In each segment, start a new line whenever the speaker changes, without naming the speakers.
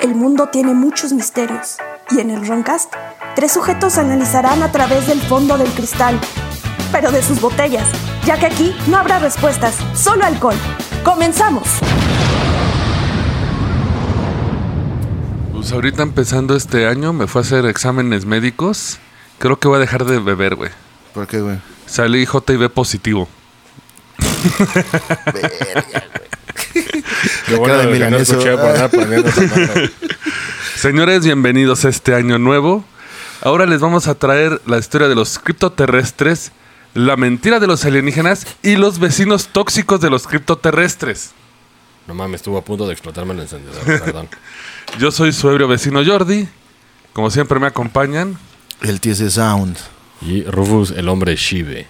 El mundo tiene muchos misterios y en el Roncast, tres sujetos analizarán a través del fondo del cristal, pero de sus botellas, ya que aquí no habrá respuestas, solo alcohol. ¡Comenzamos!
Pues ahorita empezando este año me fue a hacer exámenes médicos. Creo que voy a dejar de beber, güey.
¿Por qué, güey?
Salí JB positivo.
La
Qué bueno
cara de
que no
milaneso.
escuché por andar poniendo esa nota.
Señores, bienvenidos a este año nuevo. Ahora les vamos a traer la historia de los criptoterrestres, la mentira de los alienígenas y los vecinos tóxicos de los criptoterrestres.
No mames, estuvo a punto de explotarme el encendedor, perdón.
Yo soy su ebrio vecino Jordi. Como siempre me acompañan.
El TS Sound.
Y Rufus, el hombre Shive.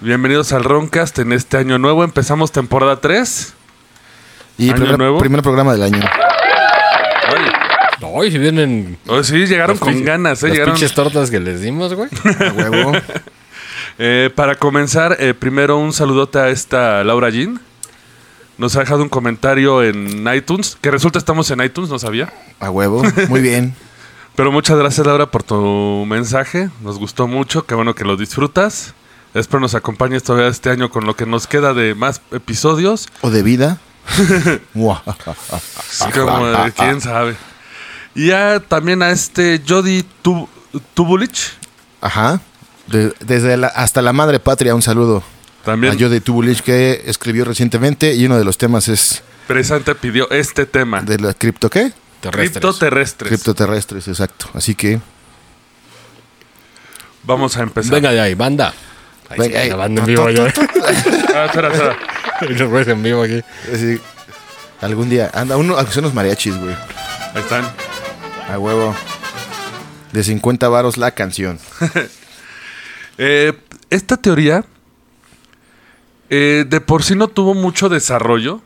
Bienvenidos al Roncast en este año nuevo. Empezamos temporada 3.
Y
¿Año
primer,
nuevo?
primer programa del año.
Ay, si vienen...
Oh, sí, llegaron
las
con
pinche-
ganas. eh,
Las
llegaron-
pinches tortas que les dimos, güey.
A huevo.
Eh, para comenzar, eh, primero un saludote a esta Laura Jean. Nos ha dejado un comentario en iTunes, que resulta estamos en iTunes, no sabía.
A huevo. Muy bien.
Pero muchas gracias Laura por tu mensaje, nos gustó mucho, qué bueno que lo disfrutas. Espero nos acompañes todavía este año con lo que nos queda de más episodios.
O de vida. Mua.
Así como, eh, quién sabe. Y ya también a este Jody Tu- Tubulich.
Ajá. De- desde la- hasta la madre patria, un saludo.
También
A yo de Tubulich que escribió recientemente y uno de los temas es
presente pidió este tema.
de la cripto qué?
Terrestres.
Criptoterrestres.
Criptoterrestres, exacto. Así que
Vamos a empezar.
Venga de ahí, banda. Ahí
Venga,
sí,
ahí.
la banda en vivo, yo.
Ah, espera, espera.
Y Los güeyes en vivo aquí.
así, algún día anda uno a unos mariachis, güey.
Ahí están.
A huevo. De 50 varos la canción.
Eh, esta teoría eh, de por sí no tuvo mucho desarrollo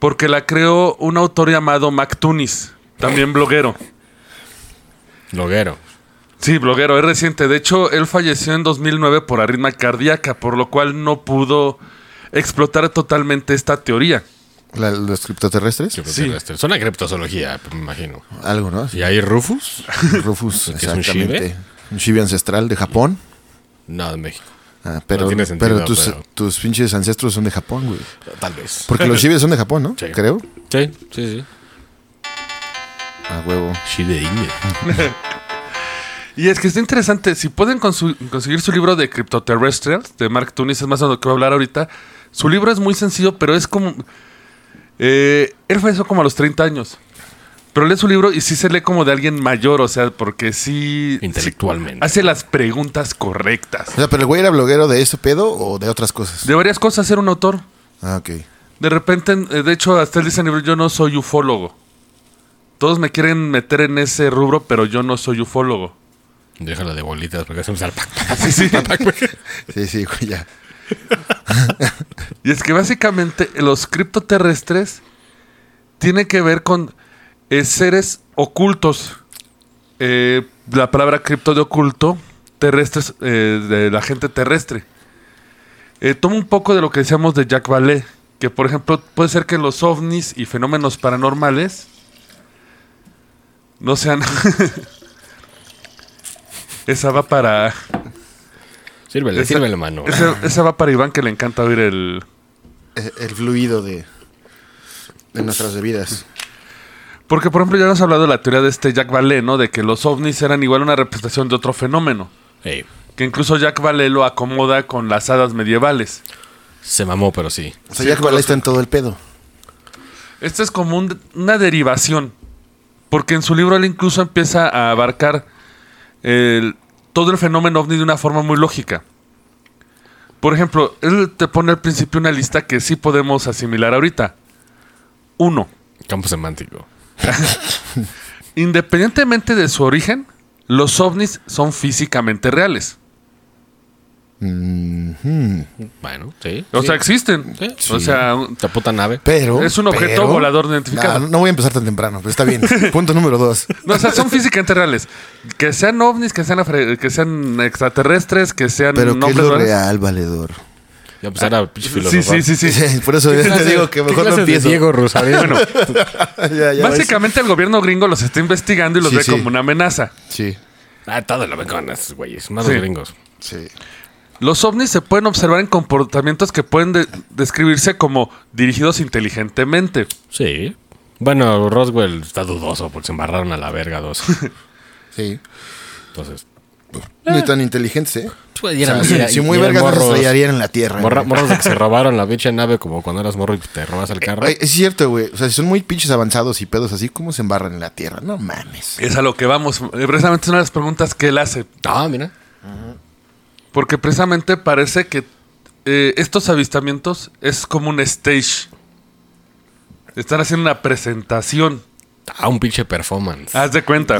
porque la creó un autor llamado Mac Tunis, también bloguero.
Loguero.
Sí, bloguero, es reciente. De hecho, él falleció en 2009 por arritmia cardíaca, por lo cual no pudo explotar totalmente esta teoría.
La- los criptoterrestres.
Criptoterrestres. Suena a criptozoología, me imagino.
Algo, ¿no?
¿Y ahí Rufus?
Rufus,
¿Que es un
exactamente. Un chibi ancestral de Japón.
No, de México.
Ah, pero,
No tiene sentido,
pero, tus,
pero-
tus pinches ancestros son de Japón, güey.
Tal vez.
Porque los chibis son de Japón, ¿no?
Sí.
Creo.
Sí, sí, sí.
A Ah, huevo.
Shive India.
Y es que está interesante. Si pueden consu- conseguir su libro de Cryptoterrestrials de Mark Tunis, es más de lo que voy a hablar ahorita. Su libro es muy sencillo, pero es como. eh, él falleció como a los 30 años. Pero lee su libro y sí se lee como de alguien mayor, o sea, porque sí.
Intelectualmente.
sí hace las preguntas correctas.
O sea, pero el güey era bloguero de ese pedo o de otras cosas.
De varias cosas, ser un autor.
Ah, ok.
De repente, eh, de hecho, hasta él dice en el libro: Yo no soy ufólogo. Todos me quieren meter en ese rubro, pero yo no soy ufólogo.
Déjala de bolitas porque hacemos al pac, pac, pac,
Sí, sí.
pac, pac.
Sí, sí, güey, ya.
Y es que básicamente los criptoterrestres tienen que ver con eh, seres ocultos. Eh, la palabra cripto de oculto, terrestres, eh, de la gente terrestre. Eh, toma un poco de lo que decíamos de Jack Vallée, que por ejemplo puede ser que los ovnis y fenómenos paranormales no sean... Esa va para...
Sírvele,
Esa-
sírvele, mano.
Esa, esa va para Iván que le encanta oír el,
Eh, El fluido de, de nuestras bebidas.
Porque, por ejemplo, ya hemos hablado de la teoría de este Jack Vallée, ¿no? De que los ovnis eran igual una representación de otro fenómeno.
Ey,
Que incluso Jack Vallée lo acomoda con las hadas medievales.
se mamó, pero sí.
O sea, ya que está en todo el pedo.
Esto es como un- una derivación. Porque en su libro él incluso empieza a abarcar el- todo el fenómeno ovni de una forma muy lógica. Por ejemplo, él te pone al principio una lista que sí podemos asimilar ahorita. Uno,
Campo semántico.
independientemente de su origen, los ovnis son físicamente reales.
Mhm.
Bueno, sí.
O
sí.
sea, existen.
Sí.
O sea, un-
Esta puta nave.
Pero.
Es un objeto
pero-
volador no identificado.
Nah, no voy a empezar tan temprano, pero está bien. Punto número dos.
no, o sea, son físicamente reales. Que sean ovnis, que sean, afre- que sean extraterrestres, que sean
Pero ¿qué es
nombres
lo
raros.
real, valedor?
Ya pues era pinche
Sí,
filósofo.
sí, sí, sí.
Por eso ya te digo que mejor no empiezo.
Diego Rosario.
Bueno,
Ya, ya ves.
básicamente el gobierno gringo los está investigando y los
Sí,
ve
sí.
como una amenaza.
Sí,
ah, todo lo ven con esos güeyes, más
Sí.
los gringos.
sí.
Los ovnis se pueden observar en comportamientos que pueden de- describirse como dirigidos inteligentemente.
Sí. Bueno, Roswell está dudoso porque se embarraron a la verga dos.
Eh.
Sí.
Entonces,
No tan inteligentes, ¿eh?
pues,
O sea, si, si muy vergas no se estrellarían en la tierra. güey.
morros de que se robaron la pinche nave como cuando eras morro y te robas el carro.
Ay, es cierto, güey. O sea, si son muy pinches avanzados y pedos así, ¿cómo se embarran en la tierra? No mames.
Es a lo que vamos. Eh, Precisamente es una de las preguntas que él hace.
Ah, mira.
Porque precisamente parece que eh, estos avistamientos es como un stage. Están haciendo una presentación.
Ah, un pinche performance.
Haz de cuenta.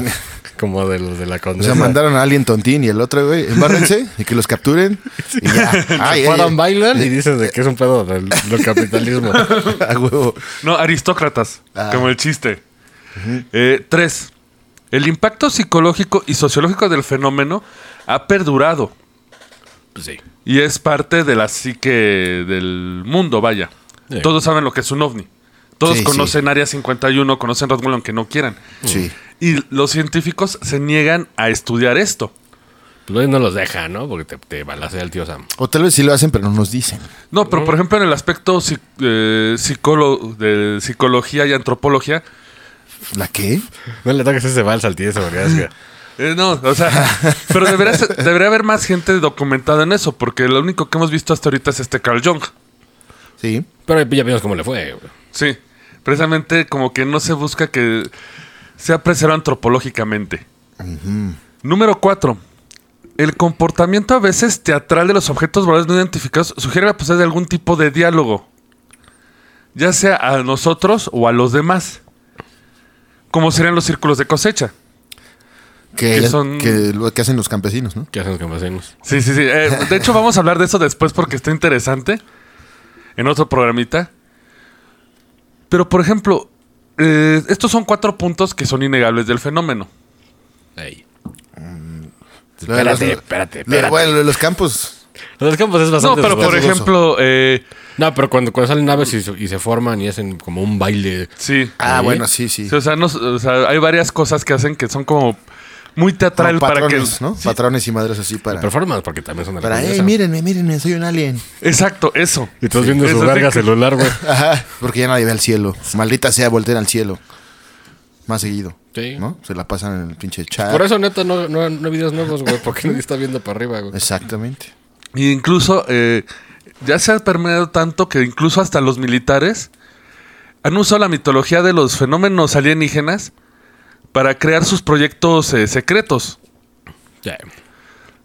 Como de los de la
O
condesa.
sea, mandaron a alguien tontín y el otro, güey, embárrense y que los capturen. Y ya.
Ah,
Ay, ay,
Fueron,
ay.
bailan y dicen de que es un pedo del, del capitalismo.
A huevo.
No, aristócratas,
Ah.
como el chiste. Eh, tres, el impacto psicológico y sociológico del fenómeno ha perdurado
Pues sí.
y es parte de la psique del mundo, vaya.
Sí.
Todos saben lo que es un ovni. Todos
Sí,
conocen Área 51, conocen Roswell aunque no quieran.
Sí.
Y los científicos se niegan a estudiar esto.
Luego Pues no los deja, ¿no? Porque te, te balacea el tío Sam.
O tal vez sí lo hacen, pero no nos dicen.
No, pero por ejemplo en el aspecto psi- eh, psicolo- de psicología y antropología,
¿La qué?
No le toques ese vals al tío Sam. porque es que-
Eh, no, o sea, pero debería, ser- debería haber más gente documentada en eso, porque lo único que hemos visto hasta ahorita es este Carl Jung.
Sí.
Pero ya vimos cómo le fue. güey.
Sí, precisamente como que no se busca que sea preservado antropológicamente. Número 4. El comportamiento a veces teatral de los objetos voladores no identificados sugiere la posibilidad de algún tipo de diálogo, ya sea a nosotros o a los demás, como serían los círculos de cosecha.
Que,
Que son-
que lo que hacen los campesinos, ¿no?
¿Qué hacemos que hacemos?
Sí, sí, sí. Eh, de hecho, vamos a hablar de eso después porque está interesante. En otro programita. Pero, por ejemplo, eh, estos son cuatro puntos que son innegables del fenómeno.
Ahí.
Lo de los-
Espérate, espérate,
lo de-
espérate.
Bueno, lo de los campos.
Los del campos es
No,
bastante.
pero por
dudoso.
ejemplo, eh,
No, pero cuando, cuando salen naves y, se- y se forman y hacen como un baile.
sí.
Ah,
Sí.
bueno, sí, sí.
Sí, o, sea, no- o sea, hay varias cosas que hacen que son como muy
Como
teatral para que.
patrones, ¿no? Patrones y madres así para...
Performance, porque también son de la
Para,
condesa.
hey, mírenme, mírenme, soy un alien.
Exacto, eso.
Y todos viendo su
Eso sí
verga
que-
celular, güey.
Ajá, porque ya nadie ve al cielo. Maldita sea, volteen al cielo. Más seguido.
Sí. Pues
¿No? Se la pasan en el pinche chat.
Por eso, neta, no, no, no hay videos nuevos, güey, porque nadie está viendo para arriba, güey.
Exactamente.
Y incluso eh, ya se ha permeado tanto que incluso hasta los militares han usado la mitología de los fenómenos alienígenas para crear sus proyectos eh, secretos.
Ya.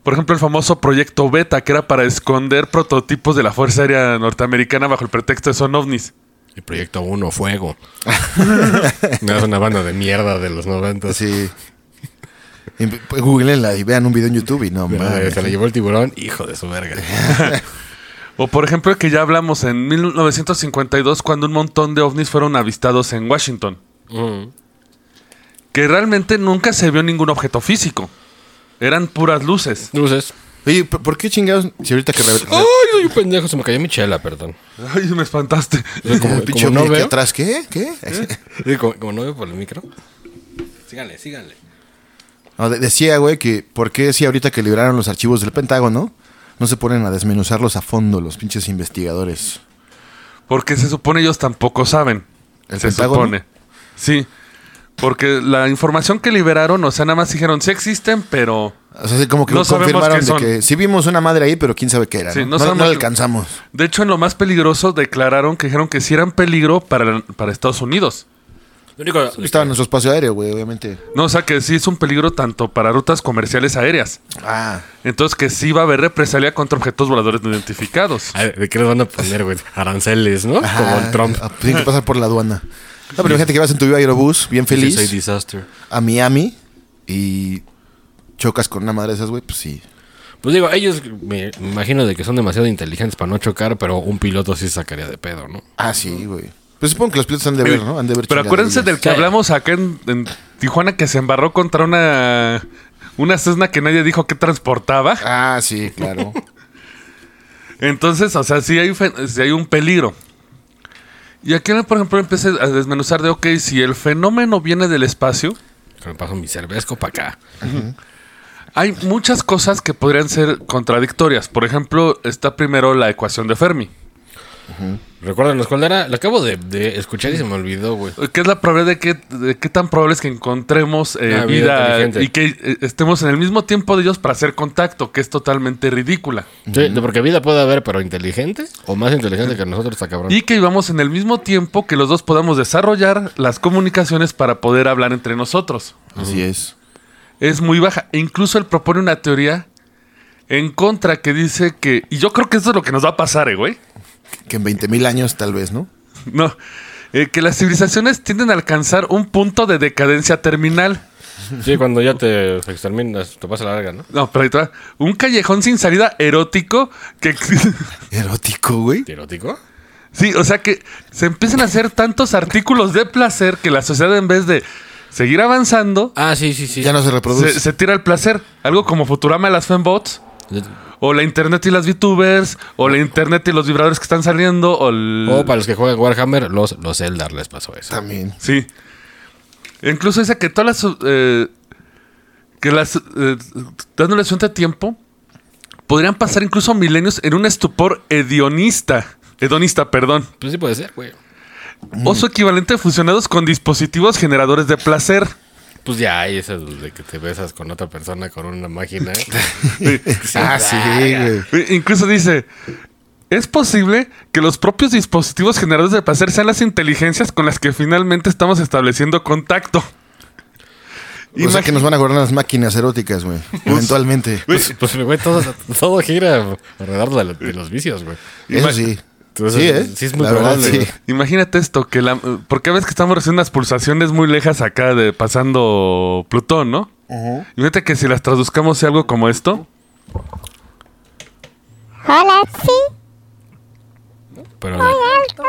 Por ejemplo, el famoso proyecto Beta, que era para esconder prototipos de la Fuerza Aérea Norteamericana bajo el pretexto de son ovnis.
El proyecto 1, Fuego. no es una banda de mierda de los 90.
Sí. Y, pues, Googleenla y vean un video en YouTube y no
Madre,
mames.
eh, se la llevó el tiburón, hijo de su verga.
O por ejemplo, el que ya hablamos en 1952, cuando un montón de ovnis fueron avistados en Washington.
Mm.
Que realmente nunca se vio ningún objeto físico. Eran puras luces.
Luces.
Oye, ¿por por qué chingados? Si ahorita que... re- re-
Ay, soy un pendejo, se me cayó mi chela, perdón.
Ay, me espantaste.
Como,
pinche ovni
como no
aquí
veo, ¿Eh?
atrás, ¿qué? ¿Qué?
sí, como, como no veo por el micro. Síganle, síganle.
No, de- decía, güey, que ¿por qué si ahorita que liberaron los archivos del Pentágono no se ponen a desmenuzarlos a fondo los pinches investigadores?
Porque se supone ellos tampoco saben.
¿El
se
Pentágono?
supone. Sí. Porque la información que liberaron, o sea, nada más dijeron, sí existen, pero...
O sea, sí, como que
No
lo
sabemos
confirmaron
qué
de
son.
que sí vimos una madre ahí, pero quién sabe qué era.
Sí,
no
no
no,
sabemos
no
qué-
alcanzamos.
De hecho, en lo más peligroso, declararon que dijeron que sí eran peligro para, para Estados Unidos.
Lo único,
Estaba en nuestro espacio aéreo, güey, obviamente.
No, o sea, que sí es un peligro tanto para rutas comerciales aéreas.
Ah,
Entonces, que sí va a haber represalia contra objetos voladores no identificados.
A ver, ¿De qué les van a poner, güey? Aranceles, ¿no? Como el Trump.
Tienen Ah, que pasar por la aduana. No, pero imagínate que vas en tu vivo aerobús, bien
Yo Soy
feliz,
disaster.
a Miami y chocas con una madre de esas, güey, pues sí.
Pues digo, ellos me imagino de que son demasiado inteligentes para no chocar, pero un piloto sí se sacaría de pedo, ¿no?
Ah, sí, güey. Pues supongo que los pilotos han de ver, ¿no? Han de ver
Pero acuérdense del
chingaderas.
que
Sí.
hablamos acá en, en Tijuana que se embarró contra una... Una Cessna que nadie dijo que transportaba.
Ah, sí, claro.
Entonces, o sea, sí hay, fe- sí hay un peligro. Y aquí, por ejemplo, empecé a desmenuzar de, ok, si el fenómeno viene del espacio,
Me paso mi cervezco para acá.
hay muchas cosas que podrían ser contradictorias. Por ejemplo, está primero la ecuación de Fermi,
Recuérdanos cuál era. Lo acabo de, de escuchar y se me olvidó, güey.
que es la probabilidad de que, de qué tan probable es que encontremos eh,
Ah, vida
vida
inteligente.
y que eh, estemos en el mismo tiempo de ellos para hacer contacto, que es totalmente ridícula.
Sí, de- porque vida puede haber, pero inteligente o más inteligente que nosotros está cabrón.
Y que vivamos en el mismo tiempo que los dos podamos desarrollar las comunicaciones para poder hablar entre nosotros.
Así es.
es muy baja. E incluso él propone una teoría en contra que dice que. Y yo creo que esto es lo que nos va a pasar, eh, güey.
Que en 20 mil años tal vez, ¿no?
No. eh, que las civilizaciones tienden a alcanzar un punto de decadencia terminal.
Sí, cuando ya te exterminas, te pasa la larga, ¿no?
No, pero ahí te va. Un callejón sin salida erótico que.
Erótico, güey.
¿Erótico?
sí, o sea que se empiezan a hacer tantos artículos de placer que la sociedad, en vez de seguir avanzando,
Ah, sí, sí, sí.
Ya no se reproduce.
se, se tira al placer. Algo como Futurama y las Fembots.
O
O la internet y las VTubers, o la internet y los vibradores que están saliendo, o el...
para los que juegan Warhammer, los, los Eldar les pasó eso.
También.
Sí. Incluso dice que todas las... eh, que las... eh, dándole suerte a tiempo, podrían pasar incluso milenios en un estupor hedionista. Hedonista, perdón.
Pues sí puede ser, güey.
O su equivalente fusionados con dispositivos generadores de placer.
Pues ya hay eso de que te besas con otra persona con una máquina.
Ah, sí, güey.
Eh, Incluso dice... Es posible que los propios dispositivos generadores de placer sean las inteligencias con las que finalmente estamos estableciendo contacto.
O sea que nos van a gobernar las máquinas eróticas, güey. Eventualmente.
pues, pues, güey, todo, todo gira alrededor de, la- de los vicios, güey.
Eso
ima-
sí.
Entonces,
sí, ¿eh?
sí es muy
La verdad,
probable,
sí.
güey.
Imagínate esto, que la... Porque a veces que estamos recibiendo unas pulsaciones muy lejas acá de pasando Plutón, ¿no? Imagínate que si las traduzcamos sea algo como esto.
Hola, sí,
Pero
alto.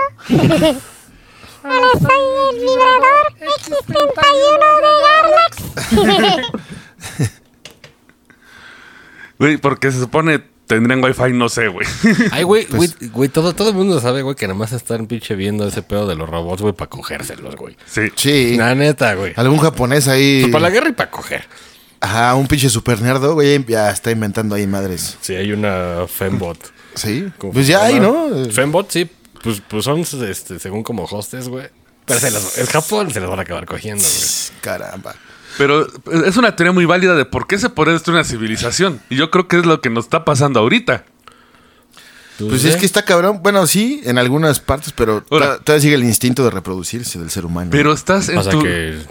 Hola, soy el vibrador X31 de Garlax.
Güey, porque se supone tendrían wifi, no sé, güey.
Ay, güey, güey,
Pues,
güey, todo, todo el mundo sabe, güey, que nada más están pinche viendo ese pedo de los robots, güey, para cogérselos, güey.
Sí.
Sí. Ah,
La neta, güey.
Algún japonés ahí.
Pues para la guerra y para coger.
Ajá, un pinche super nerdo, güey. Ya está inventando ahí madres.
Sí, hay una fembot.
Sí.
Como-
Pues ya hay, ¿no?
Fembot, sí. Pues, pues son, este, según como hostes, güey. Pero se las, el Japón se las van a acabar cogiendo, güey.
Eh, Caramba.
Pues
Pero es una teoría muy válida de por qué se podría destruir una civilización. Y yo creo que es lo que nos está pasando ahorita.
Pues es que está cabrón. Bueno, sí, en algunas partes, pero
Ahora.
to- todavía sigue el instinto de reproducirse del ser humano.
Pero estás en
Pasa
tu...
que...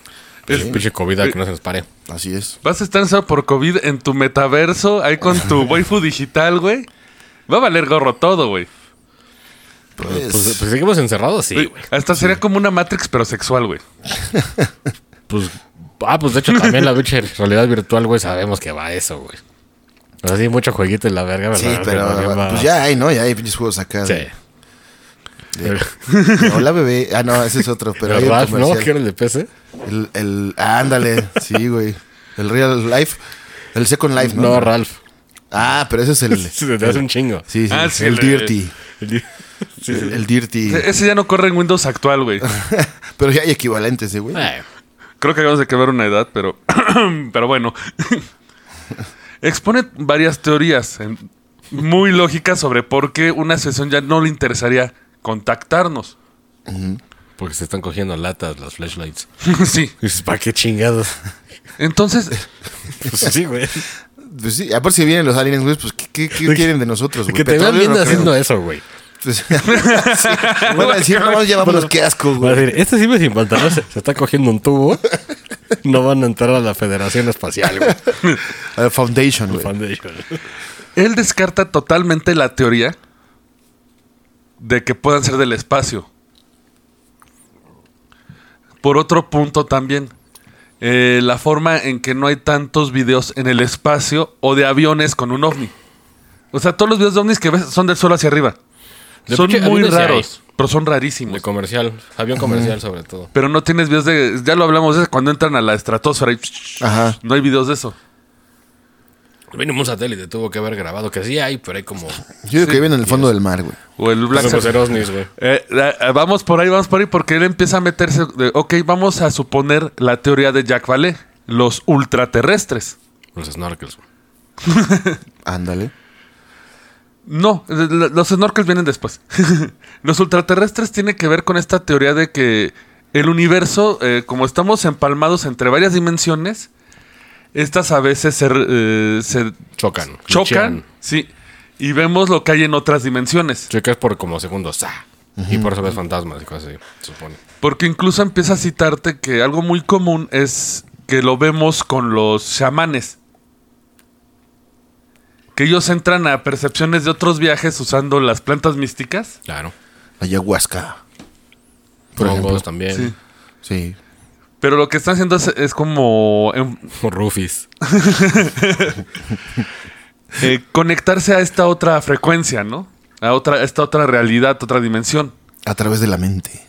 Es-
Es pinche COVID al que no se nos pare.
Así es.
Vas a estar encerrado por COVID en tu metaverso, ahí con tu waifu digital, güey. Va a valer gorro todo, güey.
Pues,
Pues, pues seguimos encerrados, sí, güey.
Hasta sería como una Matrix, pero sexual, güey.
Pues, ah, pues de hecho también la pinche realidad virtual, güey, sabemos que va a eso, güey. O sea, sí, mucho jueguito en la verga, ¿verdad?
sí, pero
También va-
pues ya hay, ¿no? Ya hay pinches juegos acá.
Sí.
de- Hola, bebé. Ah, no, ese es otro. Pero
Pero
hay un
Ralph, ¿no?
comercial.
¿Qué era el de PC?
El, el- ah, ándale, sí, güey. El Real Life. El Second Life, ¿no?
No, Ralph.
Ah, pero ese es el.
Se te hace un chingo.
Sí, sí,
Ah, sí,
el
el-
Dirty.
Sí, sí.
El, el Dirty.
E- Ese ya no corre en Windows actual, güey.
Pero ya hay equivalentes, ¿eh, güey.
Eh,
Creo que acabamos de quebrar una edad, pero. pero bueno. Expone varias teorías en- muy lógicas sobre por qué una sesión ya no le interesaría contactarnos.
porque se están cogiendo latas, las flashlights.
sí.
Y dices, ¿para qué chingados?
Entonces,
Pues sí, güey.
Pues sí, aparte si vienen los aliens, güey, pues ¿qué, qué- qué quieren de nosotros, güey?
Que te van
Petróleo
viendo
no creo.
haciendo eh. eso, güey.
Pues, sí. Van a decir, no, ya vámonos, qué asco,
Va a
güey.
decir, este sí me sin pantalón se, se está cogiendo un tubo. No van a entrar a la Federación Espacial, güey.
A la Foundation, güey.
Foundation.
él descarta totalmente la teoría de que puedan ser del espacio. Por otro punto también, eh, la forma en que no hay tantos videos en el espacio o de aviones con un ovni. O sea, todos los videos de ovnis que ves son del suelo hacia arriba.
De
son
pinche
muy
aviones sí
raros, pero son
De
rarísimos.
comercial, avión comercial sobre todo.
Pero no tienes videos de... Ya lo hablamos de cuando entran a la estratosfera y...
Ajá.
No hay videos de eso.
Mínimo un satélite tuvo que haber grabado, que sí hay, pero hay como.
Yo digo que viven en el fondo del mar, güey.
O el Black
Pues,
Sabbath.
pues, eran ovnis, güey.
Eh, la- eh, vamos por ahí, vamos por ahí, porque él empieza a meterse. de, ok, vamos a suponer la teoría de Jack Vallée, los ultraterrestres.
Los snorkels. güey.
Ándale.
No, l- l- los snorkels vienen después. los ultraterrestres tienen que ver con esta teoría de que el universo, eh, como estamos empalmados entre varias dimensiones, estas a veces se, re- eh, se
Chocan.
chocan, sí, y vemos lo que hay en otras dimensiones.
Chocas por como segundos. ¡za! Y por eso ves fantasmas y cosas así, se supone.
Porque incluso empieza a citarte que algo muy común es que lo vemos con los chamanes. Que ellos entran a percepciones de otros viajes usando las plantas místicas.
Claro.
Ayahuasca. Por
Por
ejemplo.
también.
Sí.
Sí.
Pero lo que están haciendo es, es como em,
Rufis.
eh, conectarse a esta otra frecuencia, ¿no? A, otra, a esta otra realidad, otra dimensión.
A través de la mente.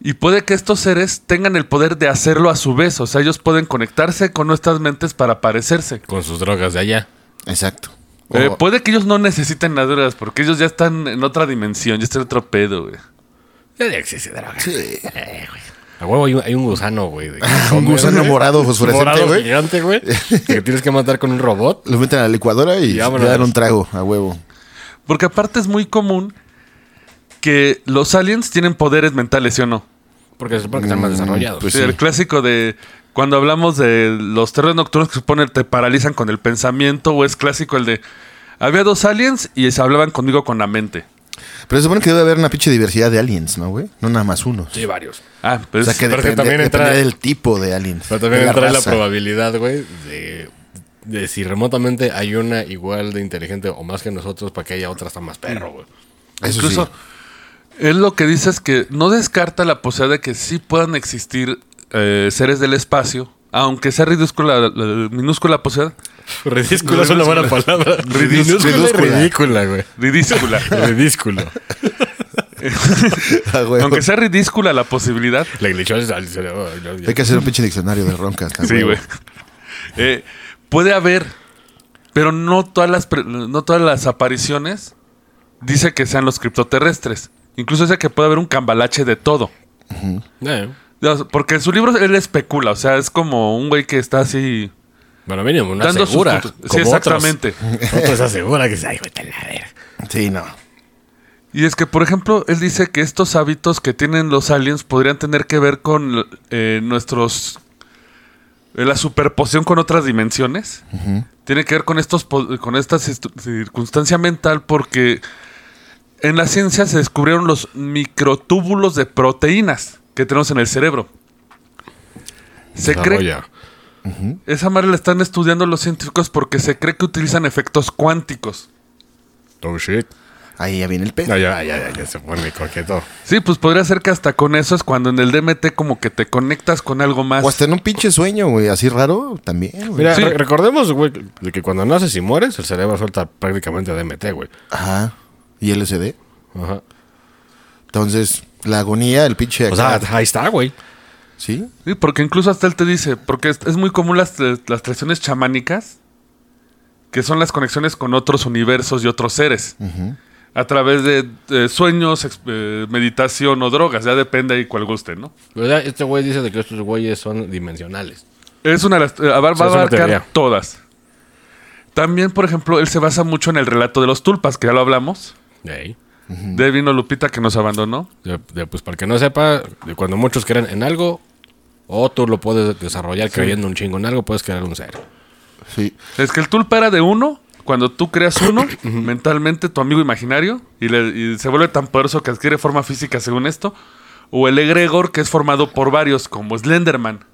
Y puede que estos seres tengan el poder de hacerlo a su vez. O sea, ellos pueden conectarse con nuestras mentes para parecerse.
Con sus drogas de allá.
Exacto.
Eh,
pues-
O-
puede que ellos no necesiten las drogas porque ellos ya están en otra dimensión, ya están en otro pedo, güey.
Ya de existe droga.
Sí.
Eh, güey. A huevo hay un, hay un gusano, güey. de-
Un gusano morado fosforescente,
Morado
güey.
gigante, güey. Que tienes que matar con un robot.
Lo meten a la licuadora y
Y
le
vámonos.
dan un trago a huevo.
Porque aparte es muy común que los aliens tienen poderes mentales, ¿sí o no?
Porque se supone que están más
Mm,
desarrollados.
pues-
Sí, El clásico de cuando hablamos de los terrores nocturnos que supone te paralizan con el pensamiento, o es clásico el de había dos aliens y se hablaban conmigo con la mente.
Pero se supone que debe haber una pinche diversidad de aliens, ¿no, güey? No nada más uno.
Sí, varios.
Ah,
O
pues
sea que
Pero es
depende,
que también entra-
dependerá del tipo de aliens.
Pero también
de
entra la
raza.
probabilidad, güey, de, de si remotamente hay una igual de inteligente o más que nosotros, para que haya otra está más perro, güey.
Eso
incluso
sí.
él lo que dice es que no descarta la posibilidad de que sí puedan existir eh, seres del espacio, aunque sea ridícula la- la- minúscula posibilidad.
Ridícula Pues es una buena palabra.
Ridíscula.
Ridícula. Ridícula, güey.
Ridícula.
Ridículo.
Ah, güey.
Aunque sea ridícula la posibilidad.
La glitchó al- al cerebro, yo- yo-
Hay que hacer un pinche diccionario de roncas. a
Sí,
huevo.
güey. Eh, puede haber, pero no todas las pre- no todas las apariciones dice que sean los criptoterrestres. Incluso dice que puede haber un cambalache de todo.
Eh,
O sea, Porque en su libro él especula, o sea, es como un güey que está así
Bueno, mínimo, una
dando sus
segura.
puntos. Sí, exactamente.
Otros asegura que se ay, güey, te la verga.
Sí, no.
Y es que, por ejemplo, él dice que estos hábitos que tienen los aliens podrían tener que ver con eh, nuestros. eh, la superposición con otras dimensiones. Tiene que ver con, estos, po- con esta cistu- circunstancia mental, porque en la ciencia se descubrieron los microtúbulos de proteínas que tenemos en el cerebro. Se cree.
Desarrolla.
Esa madre la están estudiando los científicos porque se cree que utilizan efectos cuánticos.
Oh, shit.
Ahí ya viene el pedo.
No, ya, ya, ya, ya se pone coqueto.
Sí, pues podría ser que hasta con eso es cuando en el DMT como que te conectas con algo más.
O hasta en un pinche sueño, güey. Así raro también, güey.
Mira,
Sí.
re- recordemos, güey, de que cuando naces y mueres, el cerebro suelta prácticamente DMT, güey.
Ajá. Y LSD.
Ajá.
Entonces, la agonía, el pinche.
O sea,
acá-
ahí está, güey.
sí.
Sí, porque incluso hasta él te dice, porque es, es muy común las, las tradiciones chamánicas, que son las conexiones con otros universos y otros seres, a través de eh, sueños, ex- eh, meditación o drogas, ya depende ahí cuál guste, ¿no?
¿Verdad? Este güey dice de que estos güeyes son dimensionales.
Es una de las- eh, va, va
sea,
a
es una
abarcar
teoría.
todas. También, por ejemplo, él se basa mucho en el relato de los tulpas, que ya lo hablamos,
De ahí.
de Vino Lupita que nos abandonó.
De- de, pues para el que no sepa, de cuando muchos creen en algo, o tú lo puedes desarrollar creyendo un chingo en algo, puedes crear un ser.
Sí.
Es que el tulpa era de uno. Cuando tú creas uno, mentalmente tu amigo imaginario, y, le- y se vuelve tan poderoso que adquiere forma física según esto. O el egregor, que es formado por varios, como Slenderman.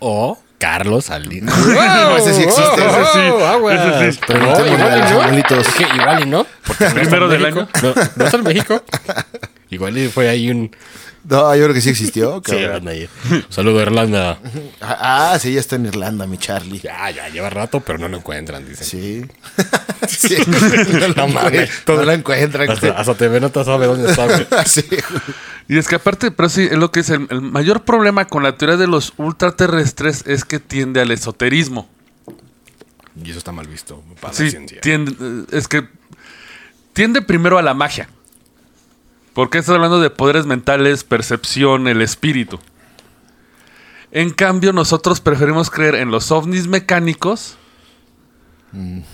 O Carlos Salinas.
No, ese sí existe.
ese sí,
aguas.
ese sí.
Pero no,
Preguntémosle
igual
a los
y no.
abuelitos.
Es que igual y no. porque no está en
Primero del
México.
año.
No, no está en México. Igual y fue ahí un...
No, yo creo que sí existió,
Sí,
cabrón.
anda ahí. Saludo a Irlanda.
Ah, ah, sí, ya está en Irlanda, mi Charlie.
Ya, ya lleva rato, pero no lo encuentran, dicen.
Sí. sí.
No mames.
Todo lo encuentran. güey.
Hasta, hasta TV Nota sabe dónde está, güey.
Sí, güey.
Y es que aparte, pero sí, es lo que es el, el mayor problema con la teoría de los ultraterrestres es que tiende al esoterismo.
Y eso está mal visto para la
Sí,
ciencia.
tiende- eh, es que tiende primero a la magia. Porque estás hablando de poderes mentales, percepción, el espíritu. En cambio, nosotros preferimos creer en los ovnis mecánicos.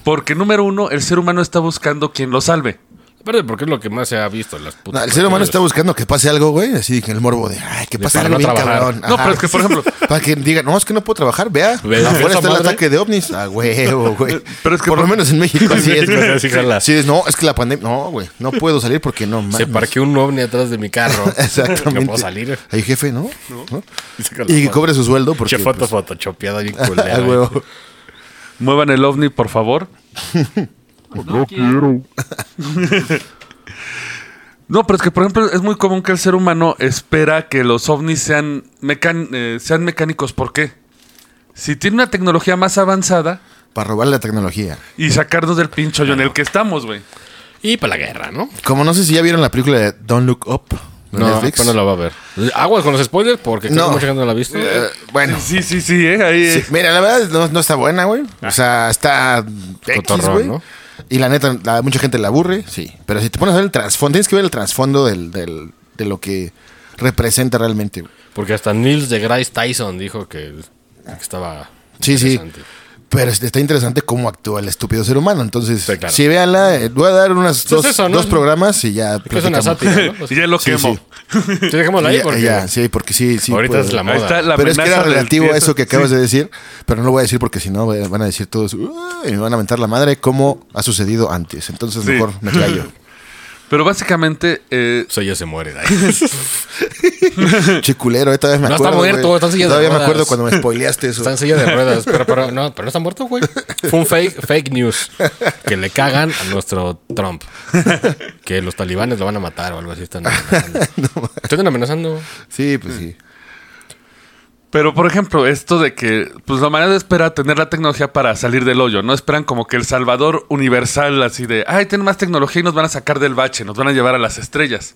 Porque, número uno, el ser humano está buscando quien lo salve.
Aparte, porque es lo que más se ha visto en las putas.
No, el ser humano está
películas.
buscando que pase algo, güey. Así que el morbo de, ay, que
De
pase
para
algo
no
bien
trabajar.
cabrón.
No, pero es que, por ejemplo-
Para que digan, no, es que no puedo trabajar, vea.
Ve, ve
Afuera
esa
está el
madre.
ataque de ovnis. Ah, huevo, güey.
Pero es que
por lo
por-
menos en México así es,
México
güey.
así jala.
Sí, es, no, es que la pandemia. No, güey. No puedo salir porque no mames.
Se parqueó un ovni atrás de mi carro.
Exactamente.
No puedo salir.
Ahí, jefe, ¿no? ¿No?
Saca la
Y que
foto.
cobre su sueldo porque.
Che, foto
pues,
photoshopeada bien
ah,
culera. ¿eh?
huevo.
Muevan el ovni, por favor.
No quiero.
No, pero es que, por ejemplo, es muy común que el ser humano espera que los ovnis sean, mecan- eh, sean mecánicos. ¿Por qué? Si tiene una tecnología más avanzada
Para robar la tecnología.
y sacarnos del pincho en el que estamos, güey.
Y para la guerra, ¿no?
Como no sé si ya vieron la película de Don't Look Up. de
No, pues
Netflix.
no la va a ver. Aguas con los spoilers porque creo
No.
que mucha gente no la ha visto.
Eh, bueno.
Sí, sí, sí, ¿eh? Ahí,
Sí,
eh.
mira, la verdad no, no está buena, güey. O sea, está X,
Ah. Cotorrón,
güey.
¿no?
Y la neta, la- mucha gente la aburre, sí. Pero si te pones a ver el trasfondo, tienes que ver el trasfondo del, del- de lo que representa realmente, güey.
Porque hasta Nils de Grace Tyson dijo que, que estaba.
Sí, sí.
interesante.
Pero es- está interesante cómo actúa el estúpido ser humano. Entonces,
Sí, claro.
si véanla, eh, voy a dar unas dos,
eso, ¿no?
dos programas y ya.
Que es una
platicamos.
sátira, ¿no? Pues,
Y ya lo
Sí,
quemo.
sí.
Sí, dejémosla ahí
Ya-
porque
ya, sí, porque sí, sí.
ahorita
puede-
es la
Ahí
moda.
está la
pero es que era
amenaza del
relativo a
tieso.
eso que acabas
Sí.
de decir, pero no lo voy a decir porque si no van a decir todos "Uy", y me van a mentar la madre como ha sucedido antes. Entonces
Sí.
mejor me callo.
Pero básicamente, eh,
Pues ella se muere. de ahí.
Chiculero, eh, todavía me
No está
acuerdo.
muerto,
güey.
está en silla de
Todavía me
ruedas.
acuerdo cuando me spoileaste eso.
Está en silla de ruedas. Pero, pero no, pero no está muerto, güey. Fue un fake, fake news que le cagan a nuestro Trump. Que los talibanes lo van a matar o algo así. Están amenazando. Están amenazando.
Sí, pues sí.
pero por ejemplo, esto de que, pues la manera de espera tener la tecnología para salir del hoyo, ¿no? Esperan como que el salvador universal, así de, ay, tienen más tecnología y nos van a sacar del bache, nos van a llevar a las estrellas.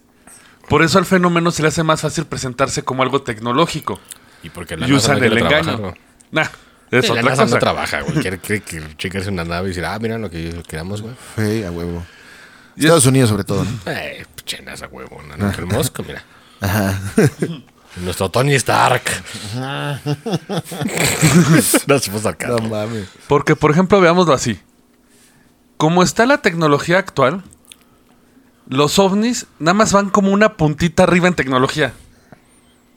Por eso al fenómeno se le hace más fácil presentarse como algo tecnológico.
Y porque la
y
NASA
usan
no
el
quiere
engaño.
trabajar, güey.
Nah, es
Sí, la
otra
NASA
cosa.
no trabaja, güey. Quiere, quiere que checarse una nave y decir, ah, mira lo que quedamos, güey.
Sí, a huevo. Estados Unidos sobre todo, ¿no?
Eh, pinche NASA, huevo. No, no, que el Mosco, mira. Nuestro Tony Stark. no se puede sacar.
No mames.
Porque, por ejemplo, veámoslo así. Como está la tecnología actual, los ovnis nada más van como una puntita arriba en tecnología.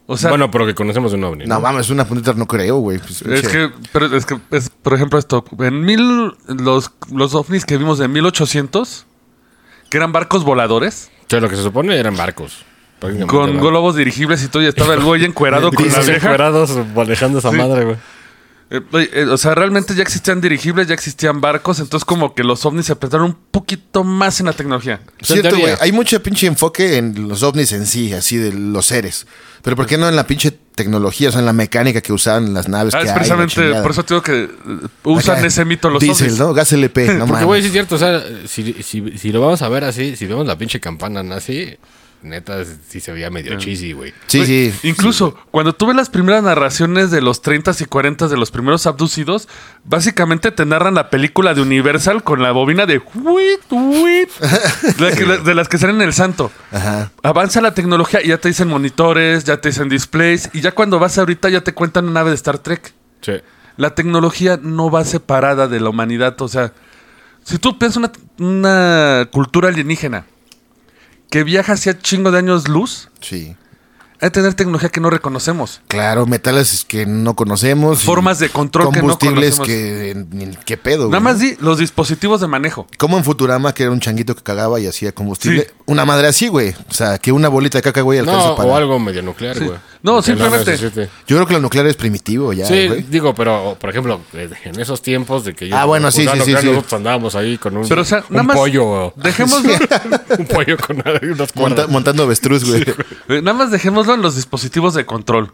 O sea,
bueno, pero que conocemos un ovni.
No mames, una puntita no creo, güey. Pues,
es
che.
que, pero es que es, por ejemplo, esto, en mil, los, los ovnis que vimos en 1800, que eran barcos voladores,
O sea, lo que se supone eran barcos. prácticamente,
con
¿no?
globos dirigibles y todo, y estaba el güey encuerado con
Con
la
los
vieja.
encuerados manejando esa
Sí.
madre, güey.
Eh, oye, eh, o sea, realmente ya existían dirigibles, ya existían barcos, entonces como que los ovnis se pensaron un poquito más en la tecnología.
Cierto,
teoría.
güey. Hay mucho pinche enfoque en los ovnis en sí, así de los seres. Pero ¿por qué no en la pinche tecnología, o sea, en la mecánica que usaban las naves?
Ah,
que
es
hay, la
precisamente
chingada?
por eso te digo que eh, usan
Acá,
ese mito los
Diesel,
ovnis.
¿no? Gas LP. No
Porque,
mames.
güey, sí es cierto. O sea, si, si, si lo vamos a ver así, si vemos la pinche campana nazi, neta, sí se veía
Eh.
medio cheesy, güey.
Sí,
Güey,
sí.
Incluso cuando tuve las primeras narraciones de los 30s y 40s de los primeros abducidos, básicamente te narran la película de Universal con la bobina de huit, huit, la que- la- de las que salen en el santo.
Ajá.
Avanza la tecnología y ya te dicen monitores, ya te dicen displays, y ya cuando vas ahorita ya te cuentan una nave de Star Trek.
Sí.
La tecnología no va separada de la humanidad. O sea, si tú piensas una, una cultura alienígena que viaja hacia chingo de años luz,
Sí.
hay que tener tecnología que no reconocemos.
Claro, metales que no conocemos. y
Formas de control que no
Combustibles
conocemos.
que. ni- ¿Qué pedo,
Nada
güey,
más
¿no?
di los dispositivos de manejo.
Como en Futurama, que era un changuito que cagaba y hacía combustible.
Sí.
Una madre así, güey. O sea, que una bolita de caca, güey, alcanza
No,
para.
o algo medio nuclear, güey.
No,
Porque la
simplemente-
917.
Yo creo que lo nuclear es primitivo ya,
Sí,
güey.
digo, pero por ejemplo, en esos tiempos de que yo.
Ah, bueno, sí,
usaba
sí, sí,
nuclear,
sí.
Nosotros andábamos ahí con un,
Pero, o sea,
un
nada más.
pollo.
Dejémoslo,
un pollo con unas
Monta-
cuerdas.
montando avestruz, güey.
eh, nada más dejémoslo en los dispositivos de control.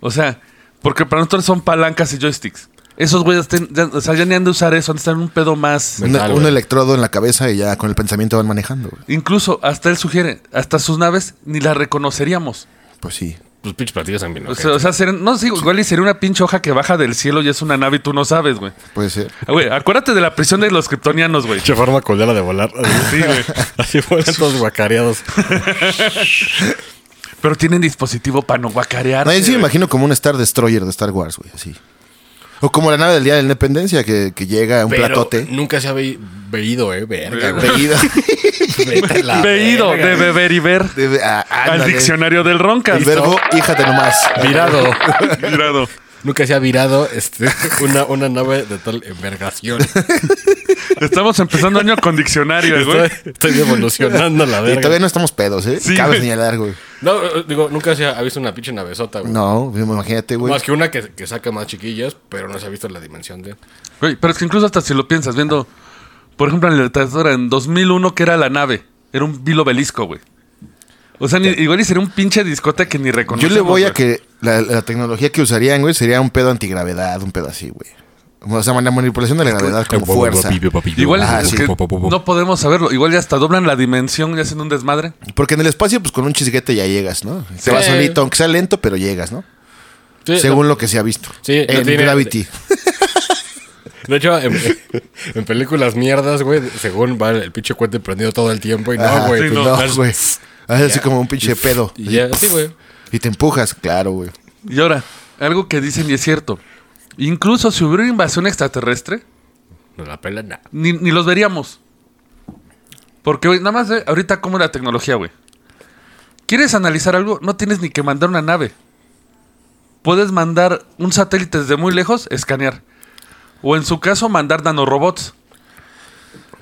O sea, porque para nosotros son palancas y joysticks. Esos güeyes ten- ya, o sea, ya ni han de usar eso, han de estar en un pedo más.
Un-
Mental,
un,
güey.
electrodo en la cabeza y ya con el pensamiento van manejando, güey.
Incluso hasta él sugiere, hasta sus naves ni las reconoceríamos.
Pues sí.
Pues pinches platillos también.
O sea, o sea, ser- no sé, igual y sería una pinche hoja que baja del cielo y es una nave y tú no sabes, güey.
Puede ser.
Ah, Güey, acuérdate de la prisión de los kryptonianos, güey.
Pinche forma colera de volar. Sí, güey. Así vuelan todos guacareados.
Pero tienen dispositivo para no guacarear.
No, yo sí me imagino como un Star Destroyer de Star Wars, güey, así. O como la nave del Día de la Independencia que, que llega a un
Pero
platote.
Nunca se ha ve- veído, eh. Verga, güey.
Veído.
Vete a la
Veído
verga.
de beber y ver
De- ah,
al
ándale.
diccionario del Roncas.
El verbo, híjate nomás.
Virado.
Mirado.
Nunca se ha virado este, una, una nave de tal envergación.
Estamos empezando año con diccionario, güey.
Estoy, estoy evolucionando la
Y todavía
verga.
no estamos pedos, ¿eh?
Sí,
Cabe
güey.
señalar, güey.
No, eh, digo, nunca se ha ha visto una pinche navezota, güey.
No, imagínate, güey.
Más que una que, que saca más chiquillas, pero no se ha visto la dimensión de.
Güey, pero es que incluso hasta si lo piensas, viendo, por ejemplo, en la literatura en 2001, que era la nave? Era un vil obelisco, güey. O sea, ni- igual y sería un pinche discote que ni
Yo
reconocemos.
le voy a
güey.
que la, la tecnología que usarían, güey, sería un pedo antigravedad, un pedo así, güey. O sea, la manipulación de la gravedad con fuerza.
Igual
Ah,
es
sí.
que no podemos saberlo. Igual ya hasta doblan la dimensión y hacen un desmadre.
Porque en el espacio, pues con un chisguete ya llegas, ¿no?
Sí.
Te vas solito, aunque sea lento, pero llegas, ¿no?
Sí,
Según lo que se ha visto.
Sí, no
en
tiene-
Gravity.
De hecho, en, en películas mierdas, güey, según va el pinche cuento prendido todo el tiempo y no,
Ajá,
güey.
pues
pues,
no,
vas-
güey. Haz así
Ya.
como un pinche pedo.
Y ya, sí, güey. Pues
Y te empujas, claro, güey.
Y ahora, algo que dicen y es cierto. Incluso si hubiera una invasión extraterrestre,
No la pela nada.
ni, ni los veríamos. Porque, güey, nada más ve ahorita cómo la tecnología, güey. ¿Quieres analizar algo? No tienes ni que mandar una nave. Puedes mandar un satélite desde muy lejos, escanear. O en su caso, mandar nanorobots.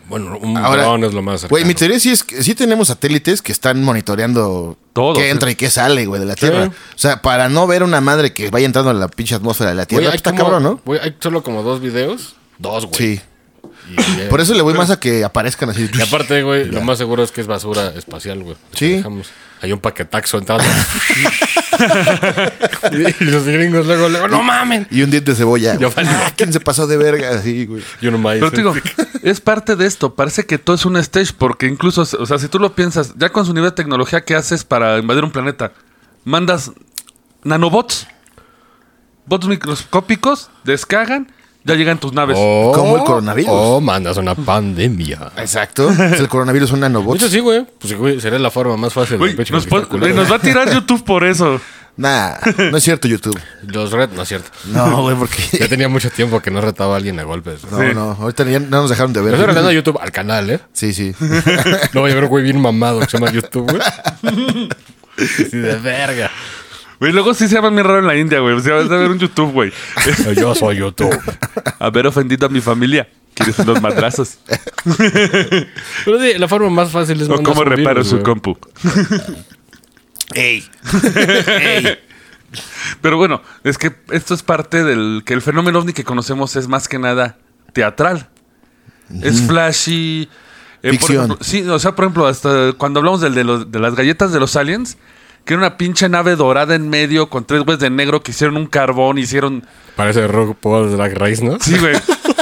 Bueno, un
Ahora-
dron es lo más.
Güey, mi
cercano.
teoría sí es que sí tenemos satélites que están monitoreando
Todo, sí.
qué entra y qué sale, güey, de la Tierra. O sea, para no ver una madre que vaya entrando en la pinche atmósfera de la Tierra,
Güey,
pues,
hay
está
como-
cabrón, ¿no?
Güey, hay solo como dos videos. Dos, güey.
Sí.
Y, eh,
Por eso le voy más a que aparezcan así.
Y aparte, güey, lo más seguro es que es basura espacial, güey. Pues
Sí.
Dejamos- Hay un paquetaxo entrando. y y los gringos luego, luego, no mamen.
Y un diente de cebolla.
Yo-
Ah, ¿Quién se pasó de verga? Así, güey.
Yo no
Pero te digo, es parte de esto. Parece que todo es un stage porque incluso, o sea, si tú lo piensas, ya con su nivel de tecnología que haces para invadir un planeta, mandas nanobots, bots microscópicos, descargan, ya llegan tus naves.
Como el coronavirus.
O "Oh, mandas una pandemia.
Exacto. Es el coronavirus un nanobot.
Mucho sí, güey. Pues, güey, sería la forma más fácil
Güey,
de pinche
nos,
conquistar
po-
culeros.
güey, nos va a tirar YouTube por eso.
Nah, no es cierto, YouTube.
Los red, no es cierto.
No, güey,
Ya
porque.
tenía mucho tiempo que no retaba a alguien a golpes.
No, no. Ahorita ya no nos dejaron de
Pero estoy retando a
ver.
YouTube al canal, ¿eh?
Sí, sí.
No voy a ver un güey bien mamado que se llama YouTube, güey. Sí, de verga.
Güey, luego sí se llama bien raro en la India, güey. O sea, vas a ver un YouTube, güey.
Yo soy YouTube.
Haber ofendido a mi familia. Quieres unos madrazos.
Pero sí, la forma más fácil es
o
mandar
cómo
un
reparo
virus,
su
güey.
compu.
¡Ey!
Pero bueno, es que esto es parte del que el fenómeno ovni que conocemos es más que nada teatral. Es flashy. eh, por
Ficción.
ejemplo, sí, o sea, por ejemplo, hasta cuando hablamos del de, los- de las galletas de los aliens, que era una pinche nave dorada en medio con tres güeyes de negro que hicieron un carbón, hicieron.
Parece Rock Paul Drag Race, ¿no?
Sí, güey.